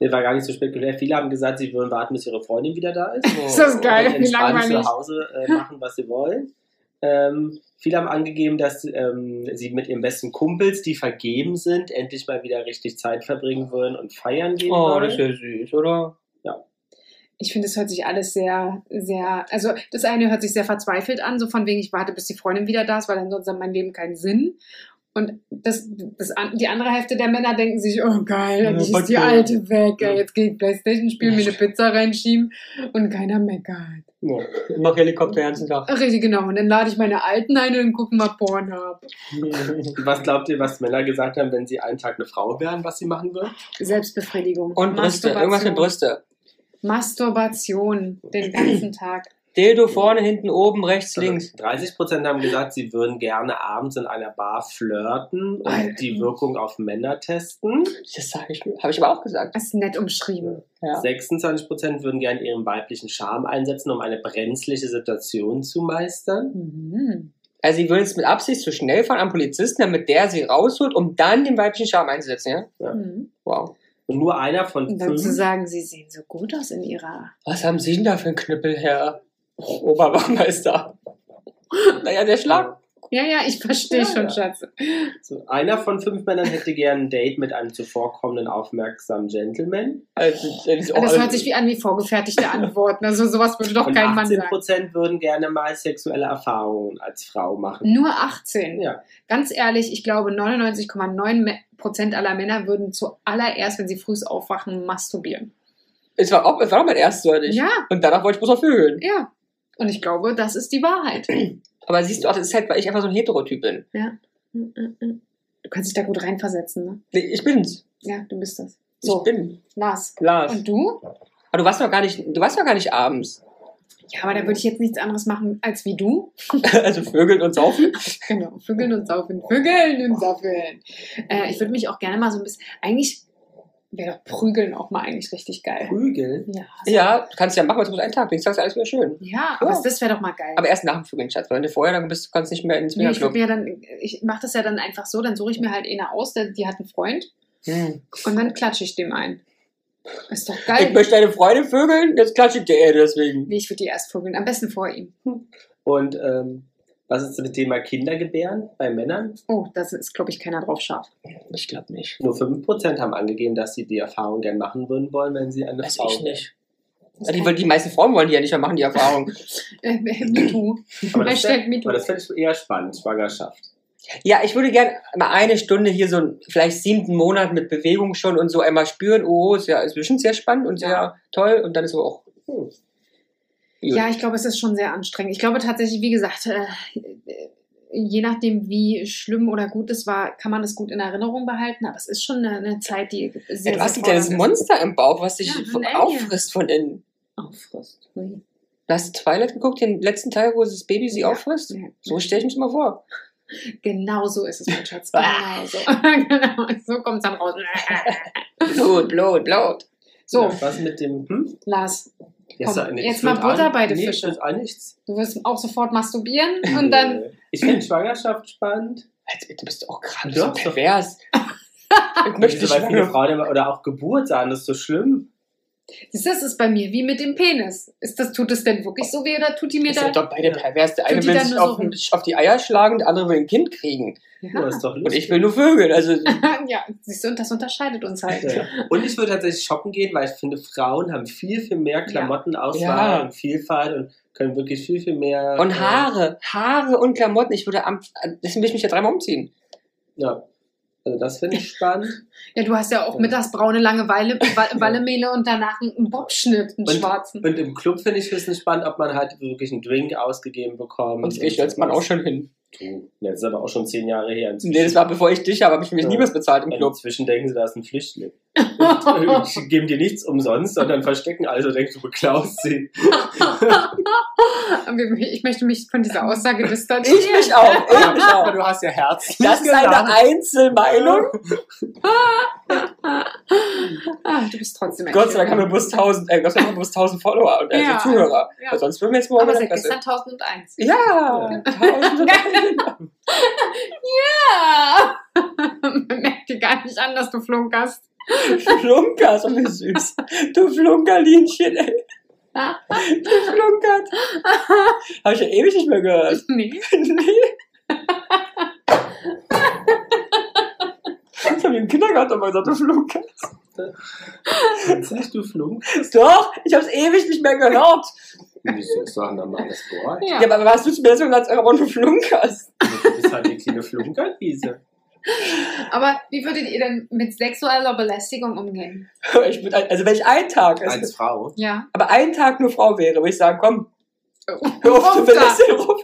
D: Mir war gar nicht so spekulär. Viele haben gesagt, sie würden warten, bis ihre Freundin wieder da ist.
B: Oh.
A: Ist das geil?
D: Und
A: Wie
D: entspannt
A: langweilig.
D: zu Hause äh, machen, was sie wollen. Ähm, viele haben angegeben, dass ähm, sie mit ihren besten Kumpels, die vergeben sind, endlich mal wieder richtig Zeit verbringen würden und feiern gehen
B: Oh, das ist
D: wollen.
B: ja süß, oder?
A: Ich finde, es hört sich alles sehr, sehr. Also, das eine hört sich sehr verzweifelt an, so von wegen, ich warte, bis die Freundin wieder da ist, weil ansonsten hat mein Leben keinen Sinn. Und das, das, an- die andere Hälfte der Männer denken sich, oh geil,
B: Ja,
A: endlich
B: was
A: ist die
B: denn?
A: alte weg, ey,
B: Ja.
A: jetzt geht Playstation spielen, mir eine Pizza reinschieben und keiner meckert.
B: Ja. Ich mach Helikopter den ganzen Tag.
A: Ach, Richtig, genau. Und dann lade ich meine Alten ein und dann gucken wir Pornhub.
D: Was glaubt ihr, was Männer gesagt haben, wenn sie einen Tag eine Frau wären, was sie machen würden?
A: Selbstbefriedigung.
B: Und Brüste,
A: Masturbation.
B: irgendwas mit Brüste.
A: Masturbation den ganzen Tag.
B: Dildo vorne, hinten, oben, rechts, links.
D: 30% Also haben gesagt, sie würden gerne abends in einer Bar flirten
A: Alter.
D: und die Wirkung auf Männer testen.
B: Das sage ich mir. Habe ich aber auch gesagt.
A: Das ist nett umschrieben.
B: Ja.
D: 26% würden gerne ihren weiblichen Charme einsetzen, um eine brenzliche Situation zu meistern.
A: Mhm.
B: Also sie will jetzt mit Absicht zu schnell fahren am Polizisten, damit der sie rausholt, um dann den weiblichen Charme einzusetzen, ja?
A: Mhm.
B: Wow.
D: Und nur einer von
A: Und dann
D: fünf
A: zu sagen, sie sehen so gut aus in ihrer.
B: Was haben Sie denn da für einen Knüppel, Herr Oberbachmeister? Naja, der Schlag.
A: Ja, ja, ich verstehe
D: Ja,
A: schon,
D: ja.
A: Schatz.
D: So, einer von fünf Männern hätte gern ein Date mit einem zuvorkommenden, aufmerksamen Gentleman.
B: Also, das ist auch-
A: Das hört sich wie an wie vorgefertigte Antworten. Also sowas würde doch
D: Und
A: kein Mann
D: 18
A: sagen.
D: Prozent würden gerne mal sexuelle Erfahrungen als Frau machen.
A: Nur 18.
D: Ja.
A: Ganz ehrlich, ich glaube, 99,9 Prozent aller Männer würden zuallererst, wenn sie früh aufwachen, masturbieren.
B: es war auch, es war auch mein erstes Hörn.
A: Ja,
B: Und danach wollte ich bloß noch vögeln.
A: ja. Und ich glaube, das ist die Wahrheit.
B: Aber siehst du auch, das ist halt, weil ich einfach so ein Heterotyp bin.
A: Du kannst dich da gut reinversetzen, ne?
B: Nee, ich bin's.
A: Ja, du bist das.
B: Ich
A: So,
B: bin
A: Lars.
B: Lars.
A: Und du?
B: Aber du warst noch gar nicht, du warst noch gar nicht abends.
A: Ja, aber da würde ich jetzt nichts anderes machen als wie du.
B: Also vögeln und saufen.
A: Genau, Vögeln und Saufen, Vögeln und Saufen. Äh, ich würde mich auch gerne mal so ein bisschen. Eigentlich wäre doch Prügeln auch mal eigentlich richtig geil.
D: Prügeln?
A: Ja,
B: Ja, du kannst ja machen, aber es muss einen Tag. Dienstags ist alles wieder schön.
A: ja aber
B: Ja.
A: das wäre doch mal geil.
B: Aber erst nach dem Vögeln, Schatz. Weil wenn du vorher dann bist, du kannst nicht mehr ins
A: Nee, ich würd
B: Winterclub.
A: mir ja dann, ich mache das ja dann einfach so, dann suche ich mir halt eine aus, der, die hat einen Freund
B: Hm.
A: und dann klatsche ich dem ein. Ist doch
B: Ich
A: geil.
B: möchte deine Freundin vögeln, jetzt klatsche ich dir eher deswegen.
A: Nee, ich würde die erst vögeln, am besten vor ihm.
D: Und ähm, was ist mit dem Thema Kindergebären bei Männern?
A: Oh, das ist, glaube ich, keiner drauf scharf.
B: Ich glaube nicht.
D: Nur 5% haben angegeben, dass sie die Erfahrung gern machen würden wollen, wenn sie eine
B: Weiß
D: Frau
B: Also ich
D: wären.
B: nicht. Die, wollen- die meisten Frauen wollen die ja nicht mehr machen, die Erfahrung.
A: Äh, MeToo.
D: Aber das,
A: Hashtag
D: wär-
A: MeToo.
D: aber das finde ich eher spannend, Schwangerschaft.
B: Ja, ich würde gerne mal eine Stunde hier so einen vielleicht siebten Monat mit Bewegung schon und so einmal spüren, oh, ist ja inzwischen sehr spannend und sehr toll und dann ist aber auch. Hm.
A: Ja, ich glaube, es ist schon sehr anstrengend. Ich glaube tatsächlich, wie gesagt, äh, je nachdem, wie schlimm oder gut es war, kann man es gut in Erinnerung behalten. Aber es ist schon eine, eine Zeit, die sehr.
B: Ja, du hast
A: sehr
B: ein kleines
A: fordernd
B: Monster im Bauch, was dich
A: Ja, so ein Alien.
B: auffrisst von innen.
A: ist. Auffrisst. Ui.
B: Du hast Twilight geguckt, den letzten Teil, wo das Baby sie
A: Ja.
B: auffrisst?
A: Ja.
B: So stelle ich mich mal vor.
A: Genau so ist es, mein Schatz.
B: Ah.
A: Genau so. genau. So kommt es dann raus.
B: Blut, Blut, Blut.
A: So,
D: Ja, was mit dem. Hm?
A: Lars, Komm,
D: eine-
A: jetzt
D: ich
A: mal
D: würd
A: Butter
D: auch-
A: bei den
D: nee,
A: Fischen.
D: Ich würd auch nichts.
A: du wirst auch sofort masturbieren und dann.
D: Ich finde Schwangerschaft spannend.
B: Alter, Du bist auch krank, du
D: Ja,
B: bist
D: doch.
B: so pervers. ich möchte
D: Wieso, weil viele
B: nicht
D: Frauen immer, oder auch Geburt sagen, das ist so schlimm.
A: Siehst du, Das ist bei mir wie mit dem Penis. Ist das, tut es denn wirklich so weh oder tut die mir
B: Das sind
A: da.
B: doch beide pervers. Der eine
A: die
B: will
A: dann
B: sich
A: nur so
B: auf, den- auf die Eier schlagen, der andere will ein Kind kriegen.
D: Ja.
A: Ja.
D: Das ist doch
B: Und
D: lustig.
B: ich will nur Vögel. Also,
A: ja, siehst du, und das unterscheidet uns halt.
D: Ja. Und ich würde tatsächlich shoppen gehen, weil ich finde, Frauen haben viel, viel mehr Klamottenauswahl
B: Ja.
D: und Vielfalt und können wirklich viel, viel mehr. äh,
B: und Haare. Haare und Klamotten. Ich würde am. Deswegen will ich mich ja dreimal umziehen.
D: Ja. Also das finde ich spannend.
A: Ja, du hast ja auch
D: Ja.
A: mittags braune Langeweile, Wa- Wallemehle und danach einen Bobschnitt, einen
D: Und-
A: schwarzen.
D: Und im Club finde ich es spannend, ob man halt wirklich einen Drink ausgegeben bekommt.
B: Und ich als Mann auch schon hin.
D: Du, ja, das ist aber auch schon zehn Jahre her. Inzwischen,
B: Nee, das war bevor ich dich habe, habe ich mir
D: Ja.
B: nie was bezahlt im Club.
D: inzwischen denken sie, da ist ein Flüchtling. Und, äh, geben dir nichts umsonst, sondern verstecken. Also denkst du, beklaust sie.
A: Ich möchte mich von dieser Aussage
B: Ich
A: distanzieren.
B: mich auch. Ich mich
D: Aber
B: auch.
D: du hast ja Herz.
B: Das ist eine Einzelmeinung.
A: Ah, du bist trotzdem ein
B: Gott sei Dank haben
A: Kind.
B: wir bloß 1000, äh, Gott sei Dank haben wir bloß 1000 Follower und also
A: Ja.
B: Zuhörer.
A: Ja.
B: Weil sonst würden wir jetzt morgen
A: Aber
B: in der
A: seit
B: Presse.
A: gestern 1001.
B: also Ja, tausend.
A: Ja! Man merkt dir gar nicht an, dass du flunkerst.
B: Flunker, so Oh, wie süß. Du Flunkerlinchen, ey. Du flunkert. Habe ich ja ewig nicht mehr gehört.
A: Nee.
B: Nee. Ich habe im Kindergarten mal gesagt, du flunkerst.
D: Kennst du nicht, du Flunk?
B: Doch, ich habe es ewig nicht mehr gehört.
D: Wieso ist doch ein normales Wort?
A: Ja.
B: Ja, aber was du zu mir so als Eurobon du flunkerst?
D: Du bist halt die kleine Flunkerwiese.
A: Aber wie würdet ihr denn mit sexueller Belästigung umgehen?
B: Ich bin, ein- also wenn ich einen Tag, also,
D: Als Frau.
A: Ja.
B: aber einen Tag nur Frau wäre, würde ich sagen, komm, hör auf zu
A: Ruf da.
B: belästigen. ruf.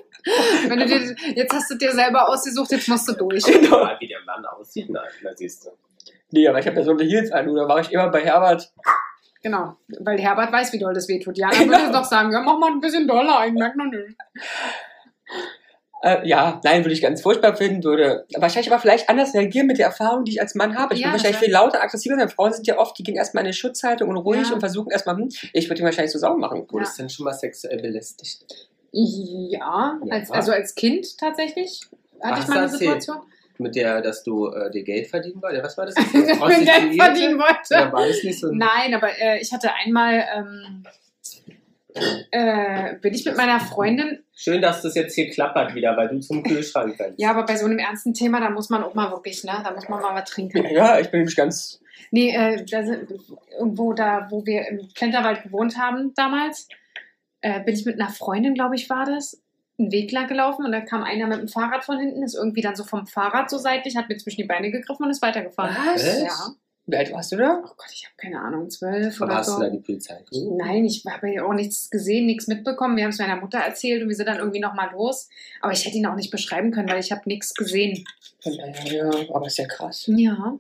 A: Wenn du dir, jetzt hast du dir selber ausgesucht, jetzt musst du durch.
B: Genau.
D: Mal, wie der Mann aussieht. Nein, da siehst du.
B: Nee, aber ich habe ja so eine Heels an, oder war ich immer bei Herbert?
A: Genau, weil Herbert weiß, wie doll das wehtut. Jana
B: Genau.
A: würde doch sagen, ja, mach mal ein bisschen doller, ich merke noch nicht.
B: Äh, ja, nein, würde ich ganz furchtbar finden, würde wahrscheinlich aber vielleicht anders reagieren mit der Erfahrung, die ich als Mann habe. Ich
A: Ja,
B: würde wahrscheinlich
A: klar.
B: viel lauter, aggressiver sein. Frauen sind ja oft, die gehen erstmal in eine Schutzhaltung und ruhig
A: Ja.
B: und versuchen erstmal, hm, ich würde ihn wahrscheinlich so sauer machen.
D: Wurdest du denn schon mal sexuell belästigt?
A: Ja,
D: Ja.
A: als, also als Kind tatsächlich hatte
D: Ach,
A: ich mal eine
D: das erzählt.
A: Situation,
D: Mit der, dass du äh, dir Geld verdienen wolltest? Was war das?
A: wenn ich mir Geld verdienen wollte.
D: Oder war das nicht so ein
A: Nein, aber äh, ich hatte einmal, ähm, äh, bin ich mit meiner Freundin.
D: Schön, dass das jetzt hier klappert wieder, weil du zum Kühlschrank kannst.
A: Ja, aber bei so einem ernsten Thema, da muss man auch mal wirklich, ne? Da muss man mal was trinken.
B: Ja, ich bin nämlich ganz.
A: Nee, äh, da sind, irgendwo da, wo wir im Plenterwald gewohnt haben damals, äh, bin ich mit einer Freundin, glaube ich, war das, einen Weg lang gelaufen und da kam einer mit dem Fahrrad von hinten, ist irgendwie dann so vom Fahrrad so seitlich, hat mir zwischen die Beine gegriffen und ist weitergefahren.
B: Was?
A: Ja.
B: Wie alt warst du da?
A: Oh Gott, ich habe keine Ahnung, zwölf
D: Aber
A: oder
D: hast du
A: so.
D: da die Polizei? gerufen?
A: Nein, ich habe ja auch nichts gesehen, nichts mitbekommen. Wir haben es meiner Mutter erzählt und wir sind dann irgendwie nochmal los. Aber ich hätte ihn auch nicht beschreiben können, weil ich habe nichts gesehen.
B: Ja, ja, ja, aber ist ja krass.
A: Ja.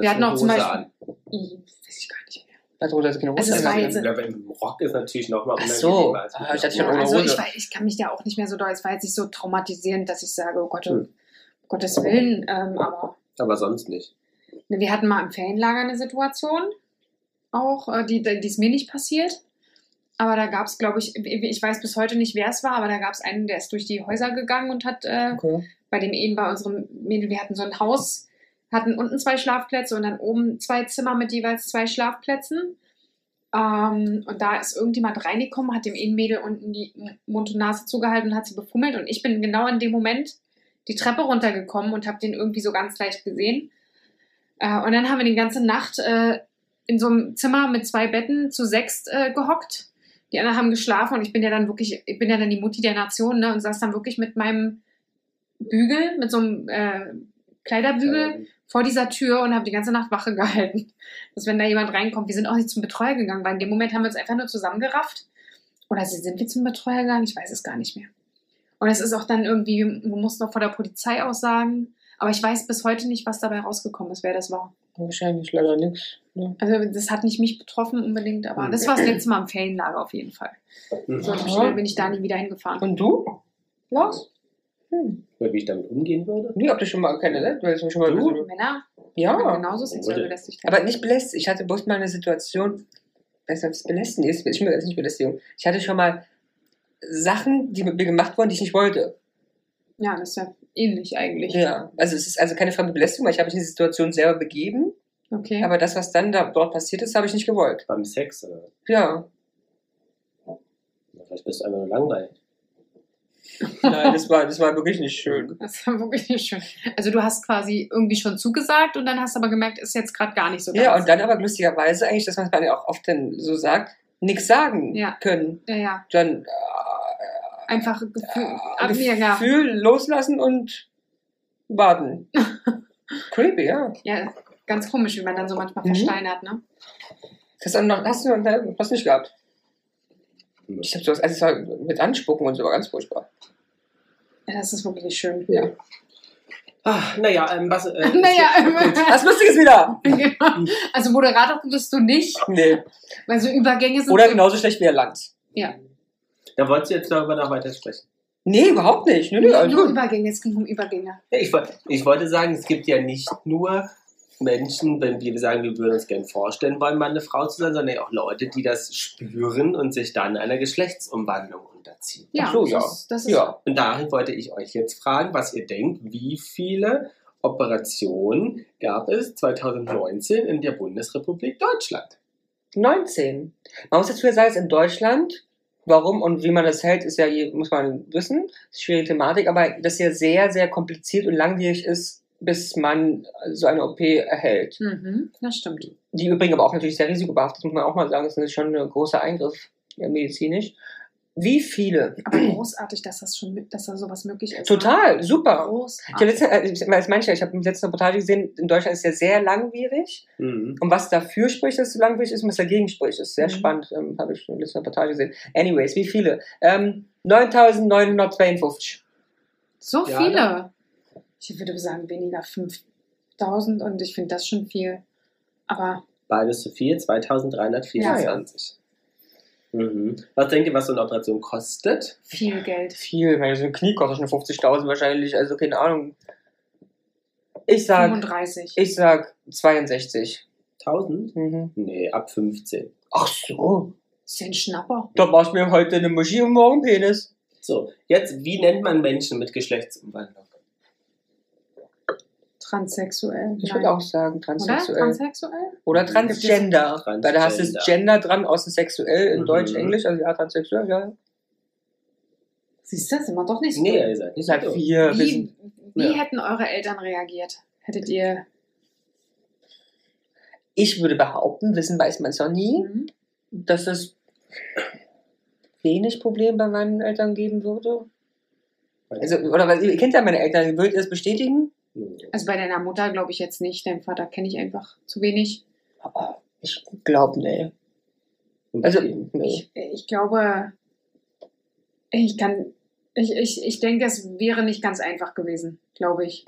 A: Wir
D: ist
A: hatten
D: eine
A: auch zum
D: Hose
A: Beispiel-
D: an?
A: Ich, Hm, weiß ich gar nicht mehr.
B: Da drunter ist keine Hose.
A: Also es war
B: drin.
A: jetzt-
D: Ich glaube, im Rock ist natürlich nochmal
B: Ach
D: unangenehmer.
B: so.
D: als mit
B: Ah, ich
D: einer
B: hatte schon
D: Hose.
B: ohne
A: also ich,
B: Hose.
A: weiß, ich kann mich da auch nicht mehr so doll. Es war jetzt nicht so traumatisierend, dass ich sage, oh Gott, um
D: Hm.
A: Gottes Willen. Ähm, aber
D: Aber sonst nicht.
A: ne, wir hatten mal im Ferienlager eine Situation, auch, äh, die die ist mir nicht passiert. Aber da gab es, glaube ich, ich weiß bis heute nicht, wer es war, aber da gab es einen, der ist durch die Häuser gegangen und hat äh,
B: Okay.
A: bei dem eben bei unserem Mädel, wir hatten so ein Haus, hatten unten zwei Schlafplätze und dann oben zwei Zimmer mit jeweils zwei Schlafplätzen. Ähm, und da ist irgendjemand reingekommen, hat dem einen Mädel unten die M- Mund und Nase zugehalten und hat sie befummelt. Und ich bin genau in dem Moment die Treppe runtergekommen und habe den irgendwie so ganz leicht gesehen. Äh, und dann haben wir die ganze Nacht äh, in so einem Zimmer mit zwei Betten zu sechs äh, gehockt. Die anderen haben geschlafen und ich bin ja dann wirklich, ich bin ja dann die Mutti der Nation ne, und saß dann wirklich mit meinem Bügel, mit so einem äh, Kleiderbügel
D: Ähm,
A: vor dieser Tür und habe die ganze Nacht Wache gehalten. Dass wenn da jemand reinkommt, wir sind auch nicht zum Betreuer gegangen, weil in dem Moment haben wir uns einfach nur zusammengerafft. Oder sie sind wir zum Betreuer gegangen, ich weiß es gar nicht mehr. Und es ist auch dann irgendwie, wir mussten noch vor der Polizei aussagen, aber ich weiß bis heute nicht, was dabei rausgekommen ist, wer das war.
B: Wahrscheinlich leider nichts. Ne?
A: Also das hat nicht mich betroffen unbedingt, aber das war das letzte Mal im Ferienlager auf jeden Fall. So
D: hm,
A: schnell bin ich da nie wieder hingefahren.
B: Und du? Lars? Hm.
D: Wie ich damit umgehen würde?
B: Nee, habt ihr schon mal kennengelernt? Weil es mir schon mal
D: Du?
B: ein bisschen-
A: Männer haben
B: Ja.
A: genauso sexuelle Belästigung.
B: Ah. Aber nicht belästigt. Ich hatte bloß mal eine Situation, weiß nicht, ob es belästigend ist. Ich mir das nicht Belästigung. Ich hatte schon mal Sachen, die mit mir gemacht wurden, die ich nicht wollte.
A: Ja, das ist ja ähnlich eigentlich.
B: Ja. Also es ist also keine fremde Belästigung, weil ich habe mich in die Situation selber begeben.
A: Okay.
B: Aber das, was dann da, dort passiert ist, habe ich nicht gewollt.
D: Beim Sex? Oder?
B: Ja.
D: Na, Vielleicht bist du einfach nur langweilig.
B: Nein, das war, das war wirklich nicht schön.
A: Das war wirklich nicht schön. Also du hast quasi irgendwie schon zugesagt und dann hast aber gemerkt, ist jetzt gerade gar nicht so
B: Ja,
A: deins.
B: und dann aber lustigerweise eigentlich, dass man es dann ja auch oft dann so sagt, nichts sagen
A: Ja.
B: können.
A: ja, ja,
B: Dann
A: einfach Gefühl,
B: äh,
A: ab mir, ja.
B: Gefühl loslassen und warten. Creepy, ja.
A: ja, ganz komisch, wie man dann so manchmal
B: Mhm.
A: versteinert, ne?
B: Das dann noch, hast du noch hast du nicht gehabt.
D: Hm.
B: Ich habe sowas, also es war mit Anspucken und so, war ganz furchtbar.
A: Ja, das ist wirklich nicht schön.
B: Ja.
D: Ah, naja, ähm, was. Äh,
A: Naja, ähm,
B: Was Lustiges wieder!
A: genau. also Moderator bist du nicht,
B: Nee.
A: weil so Übergänge sind
B: Oder
A: so,
B: genauso schlecht wie der Land.
D: Da wolltest du jetzt darüber noch weiter sprechen.
B: Nee, überhaupt nicht. Nö, also nö,
A: nur,
B: alles
A: nur
B: gut.
A: Übergänge, es ging um Übergänge.
D: Ja, ich, woll- ich wollte sagen, es gibt ja nicht nur Menschen, wenn wir sagen, wir würden uns gern vorstellen wollen, mal eine Frau zu sein, sondern ja auch Leute, die das spüren und sich dann einer Geschlechtsumwandlung unterziehen.
A: Ja,
B: Ach so,
A: das
B: ja.
A: ist, das ist
B: Ja.
D: Und dahin wollte ich euch jetzt fragen, was ihr denkt, wie viele Operationen gab es 2019 in der Bundesrepublik Deutschland?
B: 19. Man muss dazu ja sagen, dass in Deutschland, warum und wie man das hält, ist ja, je- muss man wissen, ist schwierige Thematik, aber das ja sehr, sehr kompliziert und langwierig ist, bis man so eine OP erhält.
A: Mhm, das stimmt.
B: Die übrigens aber auch natürlich sehr risikobehaftet, ist, muss man auch mal sagen, das ist schon ein großer Eingriff ja, medizinisch. Wie viele?
A: Aber großartig, dass das schon, mit- dass da sowas möglich ist. ne?
B: Total, super. Ich habe
A: Großartig.
B: letzte, äh, ich- als manche, ich habe im letzten Reportage gesehen, in Deutschland ist ja sehr langwierig.
D: Mhm.
B: Und was dafür spricht, dass es so langwierig ist und was dagegen spricht, ist sehr
A: Mhm.
B: spannend. Ähm, habe ich in der letzten Reportage gesehen. Anyways, wie viele? Ähm, 9.952.
A: So
D: Ja,
A: viele.
B: ne?
A: Ich würde sagen, weniger 5000 und ich finde das schon viel. Aber
D: Beides zu viel, 2324. Mhm. Was denkt ihr, was so eine Operation kostet?
A: viel Geld.
B: Viel, weil so ein Knie kostet schon 50.000 wahrscheinlich, also keine Ahnung. Ich sag,
A: 35.
B: ich sag 62.
D: 1000?
B: Mhm.
D: Nee, ab 15.
B: Ach so.
A: ist ja ein Schnapper.
B: Da machst du mir heute eine Muschi und morgen Penis.
D: So, jetzt, wie nennt man Menschen mit Geschlechtsumwandlung?
A: transsexuell.
B: Ich
A: Nein.
B: würde auch sagen,
A: Oder?
B: transsexuell.
A: Transsexuell?
B: Oder
D: Transgender.
B: Transgender. Weil da hast du das Gender dran, außen sexuell in
D: Mhm.
B: Deutsch, Englisch, also ja, transsexuell, ja.
A: Siehst du, sind wir doch nicht so.
D: Nee, ihr seid
B: Ich
D: nicht
B: sag
D: so.
B: halt wir, wir sind,
A: Wie, wie
B: Ja.
A: hätten eure Eltern reagiert? Hättet ihr.
B: ich würde behaupten, wissen weiß man es noch nie,
A: Mhm.
B: dass es wenig Problem bei meinen Eltern geben würde. Also, oder was, ihr kennt ja meine Eltern, würdet ihr das bestätigen?
D: Mhm.
A: Also bei deiner Mutter glaube ich jetzt nicht. Deinen Vater kenne ich einfach zu wenig.
B: Aber Oh, Ich glaube, nee. Also, nee.
A: Ich, ich glaube, ich kann. Ich, ich, ich denke, es wäre nicht ganz einfach gewesen, glaube ich.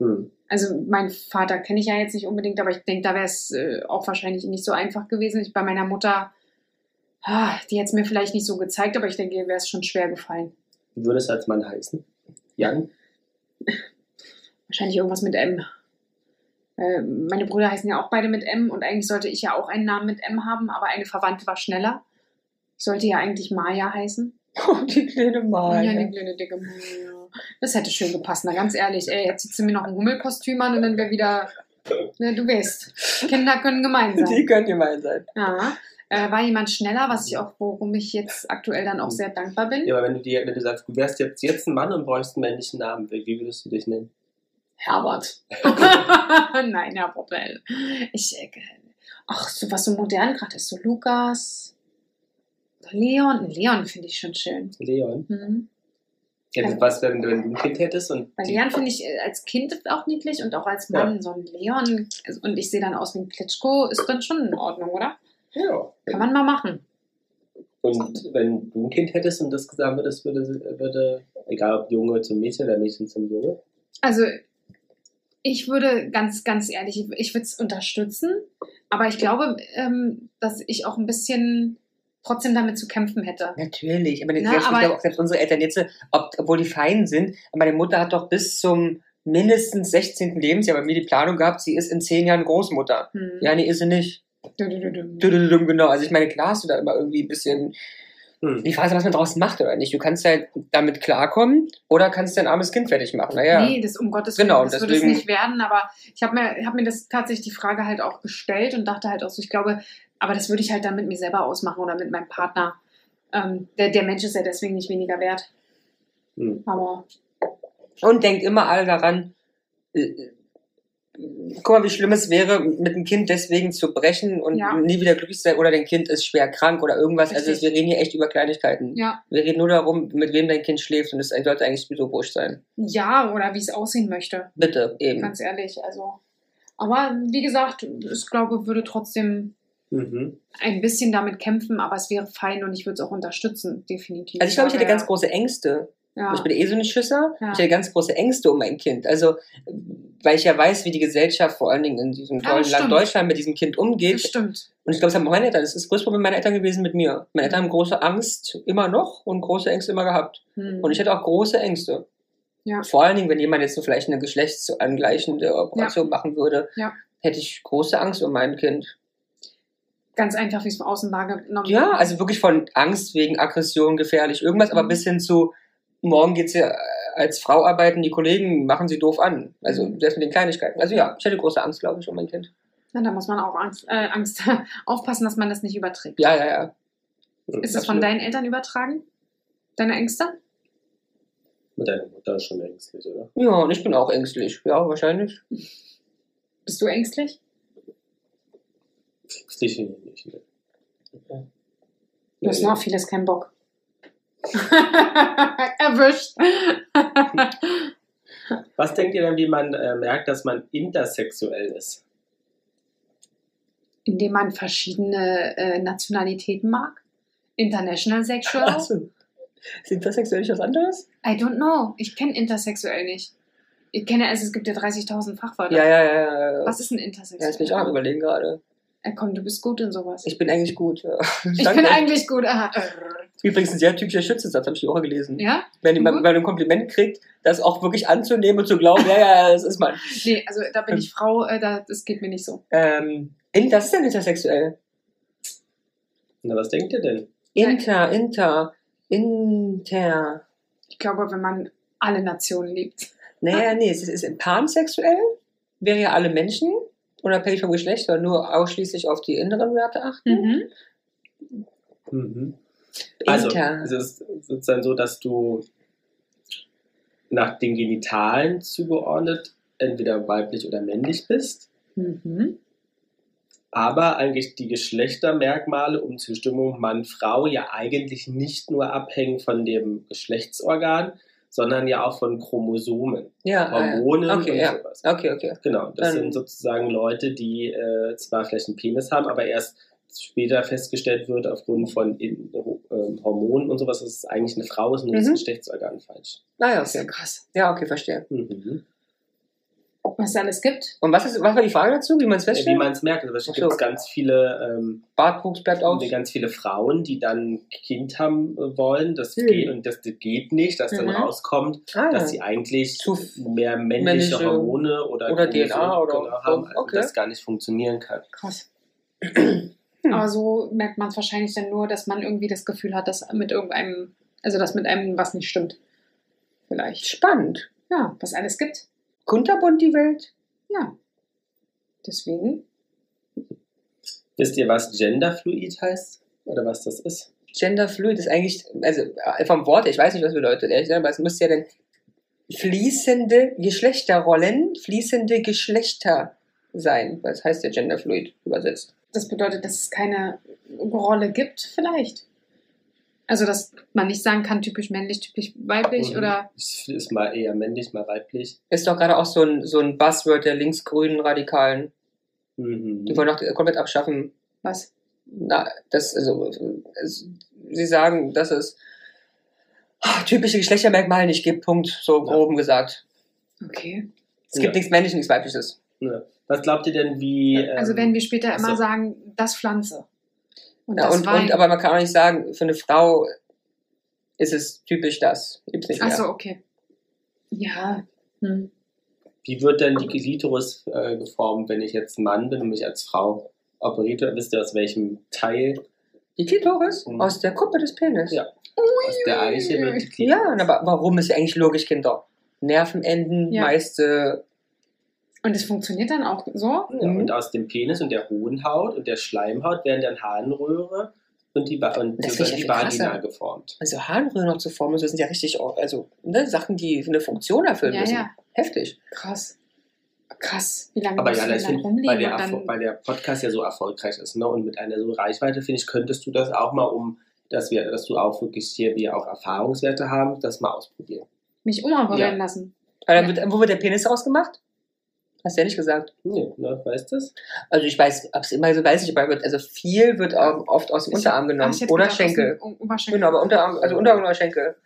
D: Hm.
A: Also meinen Vater kenne ich ja jetzt nicht unbedingt, aber ich denke, da wäre es äh, auch wahrscheinlich nicht so einfach gewesen. Ich, bei meiner Mutter, ah, die hätte es mir vielleicht nicht so gezeigt, aber ich denke, ihr wäre es schon schwer gefallen.
D: Wie würde es als Mann heißen? Jan?
A: Wahrscheinlich irgendwas mit M. Äh, meine Brüder heißen ja auch beide mit M und eigentlich sollte ich ja auch einen Namen mit M haben, aber eine Verwandte war schneller. Ich sollte ja eigentlich Maya heißen.
B: die kleine Mal.
A: ja, eine kleine dicke Maya. Das hätte schön gepasst, na ganz ehrlich. Ey, jetzt zieht sie mir noch ein Hummelkostüm an und dann wäre wieder. Na, du weißt. Kinder können gemein sein.
B: Die können gemein sein.
A: Ja. Äh, war jemand schneller, was ich auch, worum ich jetzt aktuell dann auch sehr dankbar bin.
D: Ja, aber wenn du, dir, wenn du sagst, du wärst jetzt, jetzt ein Mann und bräuchst einen männlichen Namen, wie wie würdest du dich nennen?
A: Herbert. Nein, Herr Popel. Ich, äh, ach, so was so modern gerade ist, so Lukas, Leon. Leon finde ich schon schön.
D: Leon?
A: Mhm.
D: Ja,
A: Also-
D: was, wenn, du- wenn du ein Kind hättest und
A: Weil
D: die-
A: Leon finde ich äh, als Kind auch niedlich und auch als Mann so ein Leon. Also, Und ich sehe dann aus wie ein Klitschko, ist dann schon in Ordnung, oder?
D: ja.
A: Kann man mal machen.
D: Und wenn du ein Kind hättest und das gesagt würdest, würde, würde egal ob Junge zum Mädchen oder Mädchen zum Junge,
A: Also, ich würde ganz, ganz ehrlich, ich- ich würde es unterstützen, aber ich glaube, ähm, dass ich auch ein bisschen trotzdem damit zu kämpfen hätte.
B: Natürlich, aber,
A: Na,
B: selbst,
A: aber-
B: ich glaube auch selbst unsere Eltern jetzt, ob, obwohl die fein sind, aber meine Mutter hat doch bis zum mindestens 16. Lebensjahr bei mir die Planung gehabt, sie ist in 10 Jahren Großmutter.
A: Hm.
B: Ja, nee, ist sie nicht.
A: Du, du, du, du.
B: Düdelüdüm, Genau, also ich meine, klar hast du da immer irgendwie ein bisschen
D: hm.
B: die Frage, ist, was man draus macht oder nicht. Du kannst halt damit klarkommen oder kannst dein armes Kind fertig machen. Naja,
A: Nee, das um Gottes
B: Genau,
A: Willen, das würde es
B: deswegen-
A: nicht werden, aber ich habe mir, hab mir das tatsächlich die Frage halt auch gestellt und dachte halt auch so, ich glaube, aber das würde ich halt dann mit mir selber ausmachen oder mit meinem Partner. Ähm, der, der Mensch ist ja deswegen nicht weniger wert.
D: Hm.
A: Aber
B: Und denkt immer alle daran, äh, äh, guck mal, wie schlimm es wäre, mit dem Kind deswegen zu brechen und
A: Ja.
B: nie wieder glücklich zu sein oder dein Kind ist schwer krank oder irgendwas. Also
A: Richtig.
B: wir reden hier echt über Kleinigkeiten.
A: ja,
B: Wir reden nur darum, mit wem dein Kind schläft und es sollte eigentlich so wurscht sein.
A: ja oder wie es aussehen möchte.
B: Bitte, eben.
A: Ganz ehrlich, also. Aber wie gesagt, ich glaube, würde trotzdem
D: Mhm.
A: ein bisschen damit kämpfen, aber es wäre fein und ich würde es auch unterstützen, definitiv.
B: Also ich glaube, ich hätte
A: Aber
B: ganz große Ängste.
A: genau, ja.
B: Ich bin eh so eine Schisser.
A: Ja.
B: Ich hätte ganz große Ängste um mein Kind. Also, weil ich ja weiß, wie die Gesellschaft vor allen Dingen in diesem
A: Ja,
B: tollen
A: das
B: Land
A: stimmt.
B: Deutschland mit diesem Kind
A: ja,
B: umgeht.
A: das stimmt.
B: Und ich glaube, das haben auch meine Eltern. Das ist das größte Problem meiner Eltern gewesen mit mir. Meine Eltern haben große Angst immer noch und große Ängste immer gehabt.
A: Hm.
B: Und ich hätte auch große Ängste.
A: Ja.
B: Vor allen Dingen, wenn jemand jetzt so vielleicht eine geschlechtsangleichende Operation machen würde,
A: Ja.
B: hätte ich große Angst um mein Kind.
A: ganz einfach, wie es von außen wahrgenommen
B: Ja,
A: wird.
B: also wirklich von Angst wegen Aggression, gefährlich, irgendwas, aber
A: Mhm.
B: bis hin zu, morgen geht's ja äh, als Frau arbeiten, die Kollegen machen sie doof an. Also
A: Mhm.
B: selbst mit den Kleinigkeiten. Also ja, ich hätte große Angst, glaube ich, um mein Kind.
A: Na, da muss man auch Angst, äh, Angst aufpassen, dass man das nicht überträgt.
B: Ja, ja, ja.
D: Hm.
A: Ist es von deinen Eltern übertragen? Deine Ängste?
D: Mit deiner Mutter ist schon ängstlich, oder?
B: Ja, und ich bin auch ängstlich. Ja, wahrscheinlich.
A: Bist du ängstlich?
D: Ängstlich finde ich nicht. Ne?
B: Ja.
A: Du hast noch vieles keinen Bock. Erwischt.
D: Was denkt ihr denn, wie man äh, merkt, dass man intersexuell ist?
A: Indem man verschiedene äh, Nationalitäten mag. International sexual.
B: Achso. Sind das sexuell nicht was anderes?
A: I don't know. Ich kenne intersexuell nicht. Ich kenne, also es gibt ja 30.000 Fachwörter.
B: Ja, ja, ja. ja.
A: Was ist ein
B: ja,
A: intersexuell?
B: das bin ich auch am überlegen gerade.
A: Äh, komm, du bist gut in sowas.
B: Ich bin eigentlich gut. Ja.
A: Ich
B: Danke.
A: bin eigentlich gut. Aha.
B: Übrigens ein sehr typischer Schützensatz, habe ich die auch gelesen.
A: Ja?
B: Wenn jemand
A: Mhm.
B: mal ein Kompliment kriegt, das auch wirklich anzunehmen und zu glauben, ja, ja, das ist man.
A: Nee, also da bin ich Frau, äh, da, das geht mir nicht so.
B: Ähm, in, das ist denn intersexuell.
D: Na, was denkt ihr denn?
B: Inter, inter, inter.
A: Ich glaube, wenn man alle Nationen liebt.
B: Naja, nee, es ist, ist pansexuell. wäre ja alle Menschen, unabhängig vom Geschlecht, sondern nur ausschließlich auf die inneren Werte achten.
A: Mhm.
D: Mhm. Also,
B: Inter.
D: es ist sozusagen so, dass du nach den Genitalen zugeordnet entweder weiblich oder männlich bist,
A: Mhm.
D: aber eigentlich die Geschlechtermerkmale um Zustimmung Mann-Frau ja eigentlich nicht nur abhängen von dem Geschlechtsorgan, sondern ja auch von Chromosomen,
B: Ja, ah, ja.
D: Hormonen
B: Okay,
D: und
B: ja.
D: sowas.
B: Okay, okay.
D: Genau, das
B: Dann-
D: sind sozusagen Leute, die äh, zwar vielleicht einen Penis haben, aber erst später festgestellt wird aufgrund von in, ähm, Hormonen und sowas, dass es eigentlich eine Frau ist und das
B: Mhm.
D: Geschlechtsorgan falsch.
B: Ah, ja,
A: Das ist ja
B: okay.
A: krass.
B: Ja, okay, verstehe.
D: Mhm.
A: Was es alles gibt.
B: Und was, ist, was war die Frage dazu, wie man es
D: Wie
B: feststellt?
D: man es merkt, also wahrscheinlich
B: Ach so.
D: gibt es ganz viele, ähm,
B: Bartwuchs bleibt aus.
D: ganz viele Frauen, die dann ein Kind haben äh, wollen, das
B: Hm.
D: geht und das geht nicht, dass dann
A: Mhm.
D: rauskommt,
B: Ah, ja.
D: dass sie eigentlich
B: Zu-
D: mehr männliche,
B: männliche
D: Hormone oder,
B: oder
D: Chromosomen
B: DNA oder-
D: genau haben, also
B: okay.
D: das gar nicht funktionieren kann.
A: Krass.
B: Hm.
A: Aber so merkt man es wahrscheinlich dann nur, dass man irgendwie das Gefühl hat, dass mit irgendeinem, also dass mit einem was nicht stimmt. Vielleicht.
B: Spannend.
A: Ja, was alles gibt.
B: Kunterbunt die Welt?
A: Ja. Deswegen.
D: Wisst ihr, was Genderfluid heißt? Oder was das ist?
B: Genderfluid ist eigentlich, also äh, vom Wort, her, ich weiß nicht, was bedeutet, ehrlich gesagt, aber es müsste ja dann fließende Geschlechterrollen, fließende Geschlechter sein. Was heißt der Genderfluid übersetzt?
A: Das bedeutet, dass es keine Rolle gibt, vielleicht. Also, dass man nicht sagen kann, typisch männlich, typisch weiblich
D: Mhm.
A: oder.
D: Ist, ist mal eher männlich, mal weiblich.
B: Ist doch gerade auch so ein, so ein Buzzword der linksgrünen Radikalen.
D: Mhm.
B: Die wollen doch komplett abschaffen.
A: Was?
B: Na, das, also, es, sie sagen, dass es ah, typische Geschlechtermerkmale nicht gibt, Punkt, so
D: Ja.
B: groben gesagt.
A: Okay.
B: Es gibt
D: Ja.
B: nichts männliches, nichts weibliches.
D: Ja. Was glaubt ihr denn, wie.
A: Also
D: ähm,
A: werden wir später
D: ach
A: immer
D: so.
A: sagen, das Pflanze. Und
B: Ja,
A: das
B: und,
A: Wein.
B: und, aber man kann auch nicht sagen, für eine Frau ist es typisch das. Gibt's nicht mehr.
A: Achso, okay. Ja. Hm.
D: Wie wird denn die Glitoris äh, geformt, wenn ich jetzt Mann bin und mich als Frau operiere? Wisst ihr, aus welchem Teil?
B: Die Klitoris
D: Mhm.
B: aus der Kuppe des Penis.
D: Ja. Aus der Eiche wird die Klitoris.
B: ja und aber warum ist ja eigentlich logisch, Kinder? Nervenenden,
A: Ja.
B: meiste.
A: Und es funktioniert dann auch so?
D: Ja, und aus dem Penis und der Hodenhaut und der Schleimhaut werden dann Harnröhre und die, Va- und
B: Das
D: so
B: find ich
D: wird die
B: ja viel
D: Vagina
B: krasser.
D: geformt.
B: Also Harnröhren noch zu formen, das sind ja richtig auch, also ne, Sachen, die eine Funktion erfüllen
A: Ja,
B: müssen.
A: ja.
B: Heftig.
A: Krass. Krass. Wie lange
D: Aber
A: musst
D: ja,
A: du
D: ich
A: denn
D: finde,
A: dann
D: weil,
A: rumliegen
D: der
A: und
D: Erfol-
A: dann
D: weil der Podcast ja so erfolgreich ist ne? und mit einer so Reichweite, finde ich, könntest du das auch mal um, dass wir, dass du auch wirklich hier, wir auch Erfahrungswerte haben, das mal ausprobieren.
A: mich umoperieren
D: Ja.
A: lassen?
B: Aber dann wird, wo wird der Penis ausgemacht? Hast du ja nicht gesagt.
D: Nee, ne, weißt du das?
B: Also ich weiß, ob es immer so weiß ich, aber wird, also viel wird auch oft aus dem
A: Ich-
B: Unterarm
A: Ach,
B: genommen.
A: ich hätte
B: Genau. Oder
A: gedacht, aus dem
B: Schenkel.
A: Um- Oberschenkel.
B: Genau, aber Unterarm, also Unterarm oder Schenkel.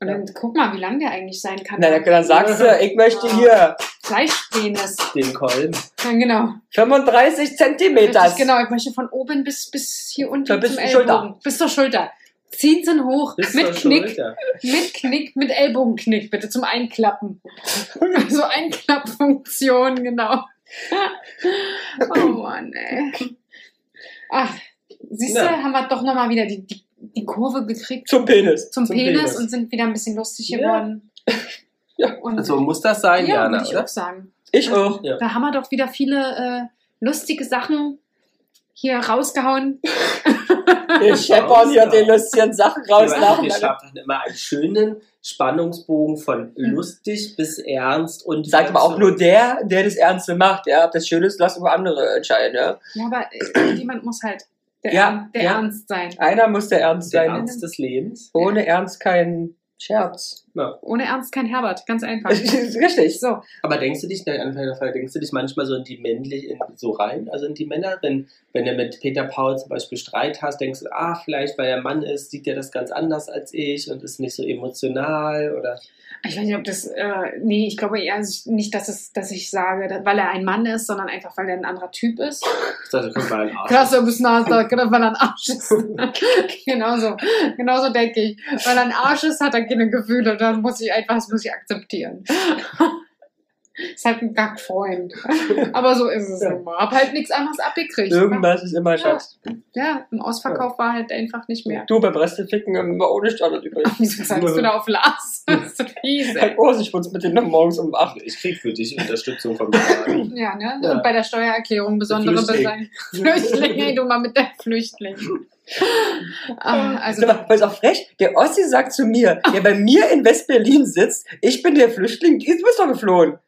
A: Und dann guck mal, wie lang der eigentlich sein kann.
B: Na, dann, dann sagst du, ich möchte hier
A: Fleischpenis.
D: Den Kolben.
A: Ja, genau.
B: 35 Zentimeter.
A: Richtig, genau, ich möchte von oben bis, bis hier unten
B: Ja, bis
A: zum
B: zur Schulter.
A: Ellbogen. Bis zur Schulter. Ziehen Sie ihn hoch.
D: Bis
A: mit
D: zur
A: Knick.
D: Schulter.
A: Mit Knick, mit Ellbogenknick, bitte zum Einklappen. Also Einklappfunktion, genau. Oh Mann, ey. Ach, siehst du,
D: Na.
A: haben wir doch nochmal wieder die, die, die Kurve gekriegt
B: Zum Penis.
A: zum,
D: Zum
A: Penis,
D: Penis.
A: und sind wieder ein bisschen lustig
D: Ja.
A: geworden.
B: Ja. Also
A: Und
D: So Also muss das sein,
A: ja,
D: Jana,
A: würde ich
D: oder?
A: auch sagen.
B: Ich auch.
D: Ja.
A: Da haben wir doch wieder viele äh, lustige Sachen hier rausgehauen.
B: Wir scheppern hier
D: Ja.
B: den lustigen Sachen
D: Wir,
B: raus. lachen
D: wir
B: dann-
D: schaffen immer einen schönen Spannungsbogen von lustig bis ernst und
B: Sagt aber auch nur der, der das Ernste macht. Ja, ob das schön ist, lass über andere entscheiden. Ja?
A: Ja, aber äh, jemand muss halt der,
B: Ja,
A: der
B: ja.
A: Ernst sein.
B: Einer muss der Ernst
D: der
B: sein.
D: Ernst des Lebens.
B: Ohne Ernst kein Scherz.
D: Ja.
A: Ohne Ernst kein Herbert, ganz einfach.
B: Richtig.
A: So,
D: Aber denkst du dich, nein, Anfang der Frage, denkst du dich manchmal so in die männlich, in, so rein, also in die Männer, wenn, wenn du mit Peter Paul zum Beispiel Streit hast, denkst du, ah, vielleicht, weil er Mann ist, sieht er das ganz anders als ich und ist nicht so emotional oder.
A: ich weiß nicht, ob das, äh, nee, ich glaube eher nicht, dass, es, dass ich sage, dass, weil er ein Mann ist, sondern einfach, weil er ein anderer Typ ist.
D: Also, guck mal, ein Arsch.
A: Krass, du bist ein Arsch, da- genau, weil er ein Arsch ist. genauso, genauso denke ich. Weil er ein Arsch ist, hat er keine Gefühle, dann muss ich einfach, das muss ich akzeptieren. Ist halt ein Gagfreund. Aber so ist es
B: Ja.
A: nun mal. Hab halt nichts anderes abgekriegt.
B: Irgendwas ist immer Schatz.
A: Ja, im Ausverkauf war halt einfach nicht mehr.
B: Du, beim Resteficken haben wir ohne Standard übrig.
A: Wieso sagst genau. du da auf Lars? Das ist so fies, ey.
B: Ein Ohrenschmutz Oh, mit dem morgens um 8.
D: Ich krieg für dich Unterstützung vom Staat.
A: Ja, ne?
D: Ja.
A: Und bei der Steuererklärung besondere
D: Flüchtling.
A: Beseitigung. Flüchtlinge, du mal mit der Flüchtling. Ah, also,
B: Also, weil es auch frech, der Ossi sagt zu mir, der bei mir in West-Berlin sitzt, ich bin der Flüchtling, du bist doch geflohen.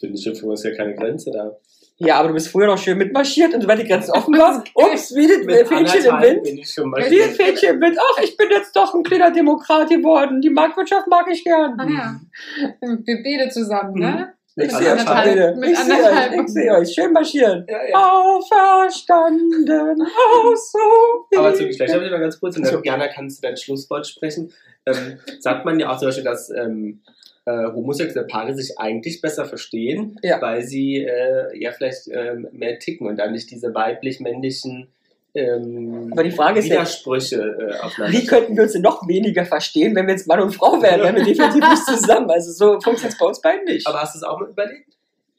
D: Für die Schimpfung ist ja keine Grenze da.
B: Ja, aber du bist früher noch schön mitmarschiert und weil die Grenzen offen waren, ups, wie das Fähnchen im
D: anderthalb
B: Wind.
D: bin ich schon mal.
B: Wie das Fähnchen im Wind, ach, ich bin jetzt doch ein kleiner Demokrat geworden, die Marktwirtschaft mag ich gern.
A: ah, ja. Wir beide Mhm. zusammen, ne?
B: Ich
D: Mit
B: sehe euch,
A: anderthalb-
B: Freunde,
A: mit
B: ich sehe euch,
A: anderthalb.
B: ich sehe euch, schön marschieren.
D: Ja, ja.
B: Auferstanden, aus so
D: Aber zurück, vielleicht habe ich mal ganz kurz, und
B: So.
D: dann, Jana, kannst du dein Schlusswort sprechen. Ähm, sagt man ja auch zum Beispiel, dass ähm, äh, homosexuelle Paare sich eigentlich besser verstehen,
B: Ja.
D: weil sie äh, ja vielleicht ähm, mehr ticken und dann nicht diese weiblich-männlichen ähm,
B: Aber die Frage ist ja-
D: Widersprüche äh, aufeinander.
B: Wie könnten wir uns denn noch weniger verstehen, wenn wir jetzt Mann und Frau wären? Wären wir definitiv nicht zusammen. Also so funktioniert es bei uns beiden nicht.
D: Aber hast du es auch mal überlegt?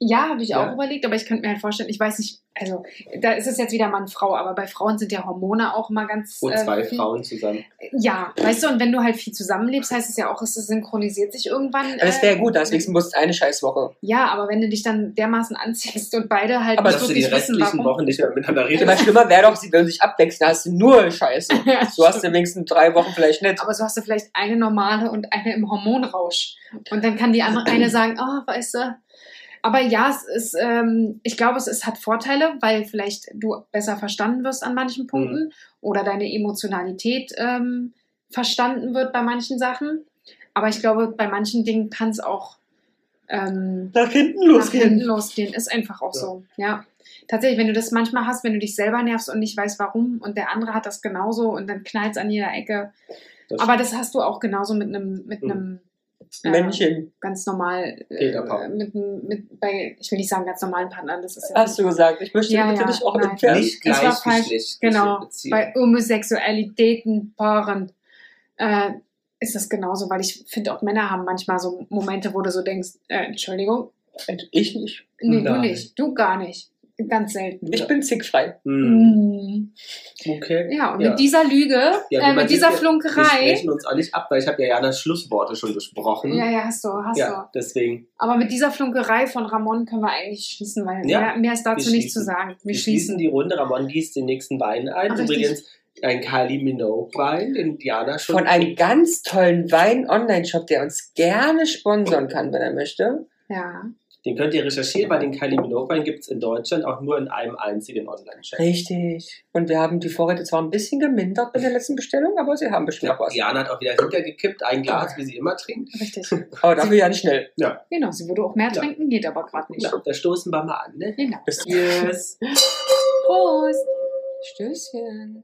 A: Ja, habe ich
D: Ja.
A: auch überlegt, aber ich könnte mir halt vorstellen, ich weiß nicht, also da ist es jetzt wieder Mann-Frau, aber bei Frauen sind ja Hormone auch immer ganz. äh,
D: Und zwei
A: viel-
D: Frauen zusammen.
A: Ja, weißt du, und wenn du halt viel zusammenlebst, heißt es ja auch, es synchronisiert sich irgendwann.
B: Aber das wäre ja gut,
A: äh,
B: deswegen muss es eine Scheißwoche.
A: Ja, aber wenn du dich dann dermaßen anziehst und beide halt
B: Aber
A: nicht
D: dass du die
A: wirklich wissen,
D: restlichen
A: warum.
D: Wochen nicht mehr miteinander
B: Aber
D: redest.
B: schlimmer wäre doch, sie würden sich abwechseln, da hast du nur Scheiße.
A: Ja,
B: So hast du wenigstens drei Wochen vielleicht nicht.
A: Aber so hast du vielleicht eine normale und eine im Hormonrausch. Und dann kann die andere eine sagen, oh, weißt du. Aber ja, es ist, ähm, ich glaube, es, es hat Vorteile, weil vielleicht du besser verstanden wirst an manchen Punkten oder deine Emotionalität ähm, verstanden wird bei manchen Sachen. Aber ich glaube, bei manchen Dingen kann es auch ähm,
B: Nach hinten
A: Nach hinten losgehen ist einfach auch
D: Ja.
A: so. Ja. Tatsächlich, wenn du das manchmal hast, wenn du dich selber nervst und nicht weißt, warum, und der andere hat das genauso und dann knallt es an jeder Ecke.
D: Das
A: Aber das hast du auch genauso mit einem mit
D: Mhm.
A: einem äh,
B: Männchen,
A: ganz normal äh,
D: Ehepaar.
A: mit, einem- mit bei, ich will nicht sagen ganz normalen Partner, das ist ja
B: hast du gesagt. Ich möchte
A: Ja,
B: bitte
A: ja,
B: dich auch
A: nein.
B: entfernen.
D: nicht
A: das war falsch.
D: gleichgeschlechtliche
A: Genau,
D: Beziehungen.
A: bei Homosexualitäten, Paaren äh, ist das genauso, weil ich finde auch Männer haben manchmal so Momente, wo du so denkst, äh, Entschuldigung,
B: Ich nicht.
A: nee,
D: Nein.
A: du nicht, du gar nicht. Ganz selten.
B: Ich bin zickfrei.
D: Hm,
A: Mhm.
D: Okay.
A: Ja, und
D: Ja.
A: mit dieser Lüge,
D: Ja, wie
A: äh,
D: man
A: mit
D: sieht,
A: dieser
D: wir- Wir
A: Flunkerei,
D: sprechen uns auch nicht ab, weil ich habe ja Janas Schlussworte schon gesprochen.
A: ja, ja, hast du, hast
D: ja
A: du.
D: deswegen.
A: Aber mit dieser Flunkerei von Ramon können wir eigentlich schließen, weil
D: Ja,
A: mehr, mehr ist dazu
D: wir
A: nichts zu
D: schließen.
A: sagen. Wir,
D: Wir schließen
A: schließen.
D: die Runde. Ramon gießt den nächsten Wein ein.
A: Ach, richtig.
D: Übrigens ein Kylie Minogue Wein, den Diana schon.
B: Von einem ganz tollen Wein-Online-Shop, der uns gerne sponsern kann, wenn er möchte.
A: Ja,
D: Den könnt ihr recherchieren, weil den Kylie Minogue Wein gibt es in Deutschland auch nur in einem einzigen Online-Shop.
B: Richtig. Und wir haben die Vorräte zwar ein bisschen gemindert bei der letzten Bestellung, aber sie haben bestimmt noch was.
D: Diana hat auch wieder hintergekippt, ein Glas, wie sie immer trinkt.
A: richtig.
B: Aber dafür ja nicht schnell.
A: genau, sie würde auch mehr
D: Ja.
A: trinken, geht aber gerade nicht.
D: Ja, da stoßen wir mal an, ne?
A: Genau.
B: Bis
D: Yes.
A: Prost! Stößchen.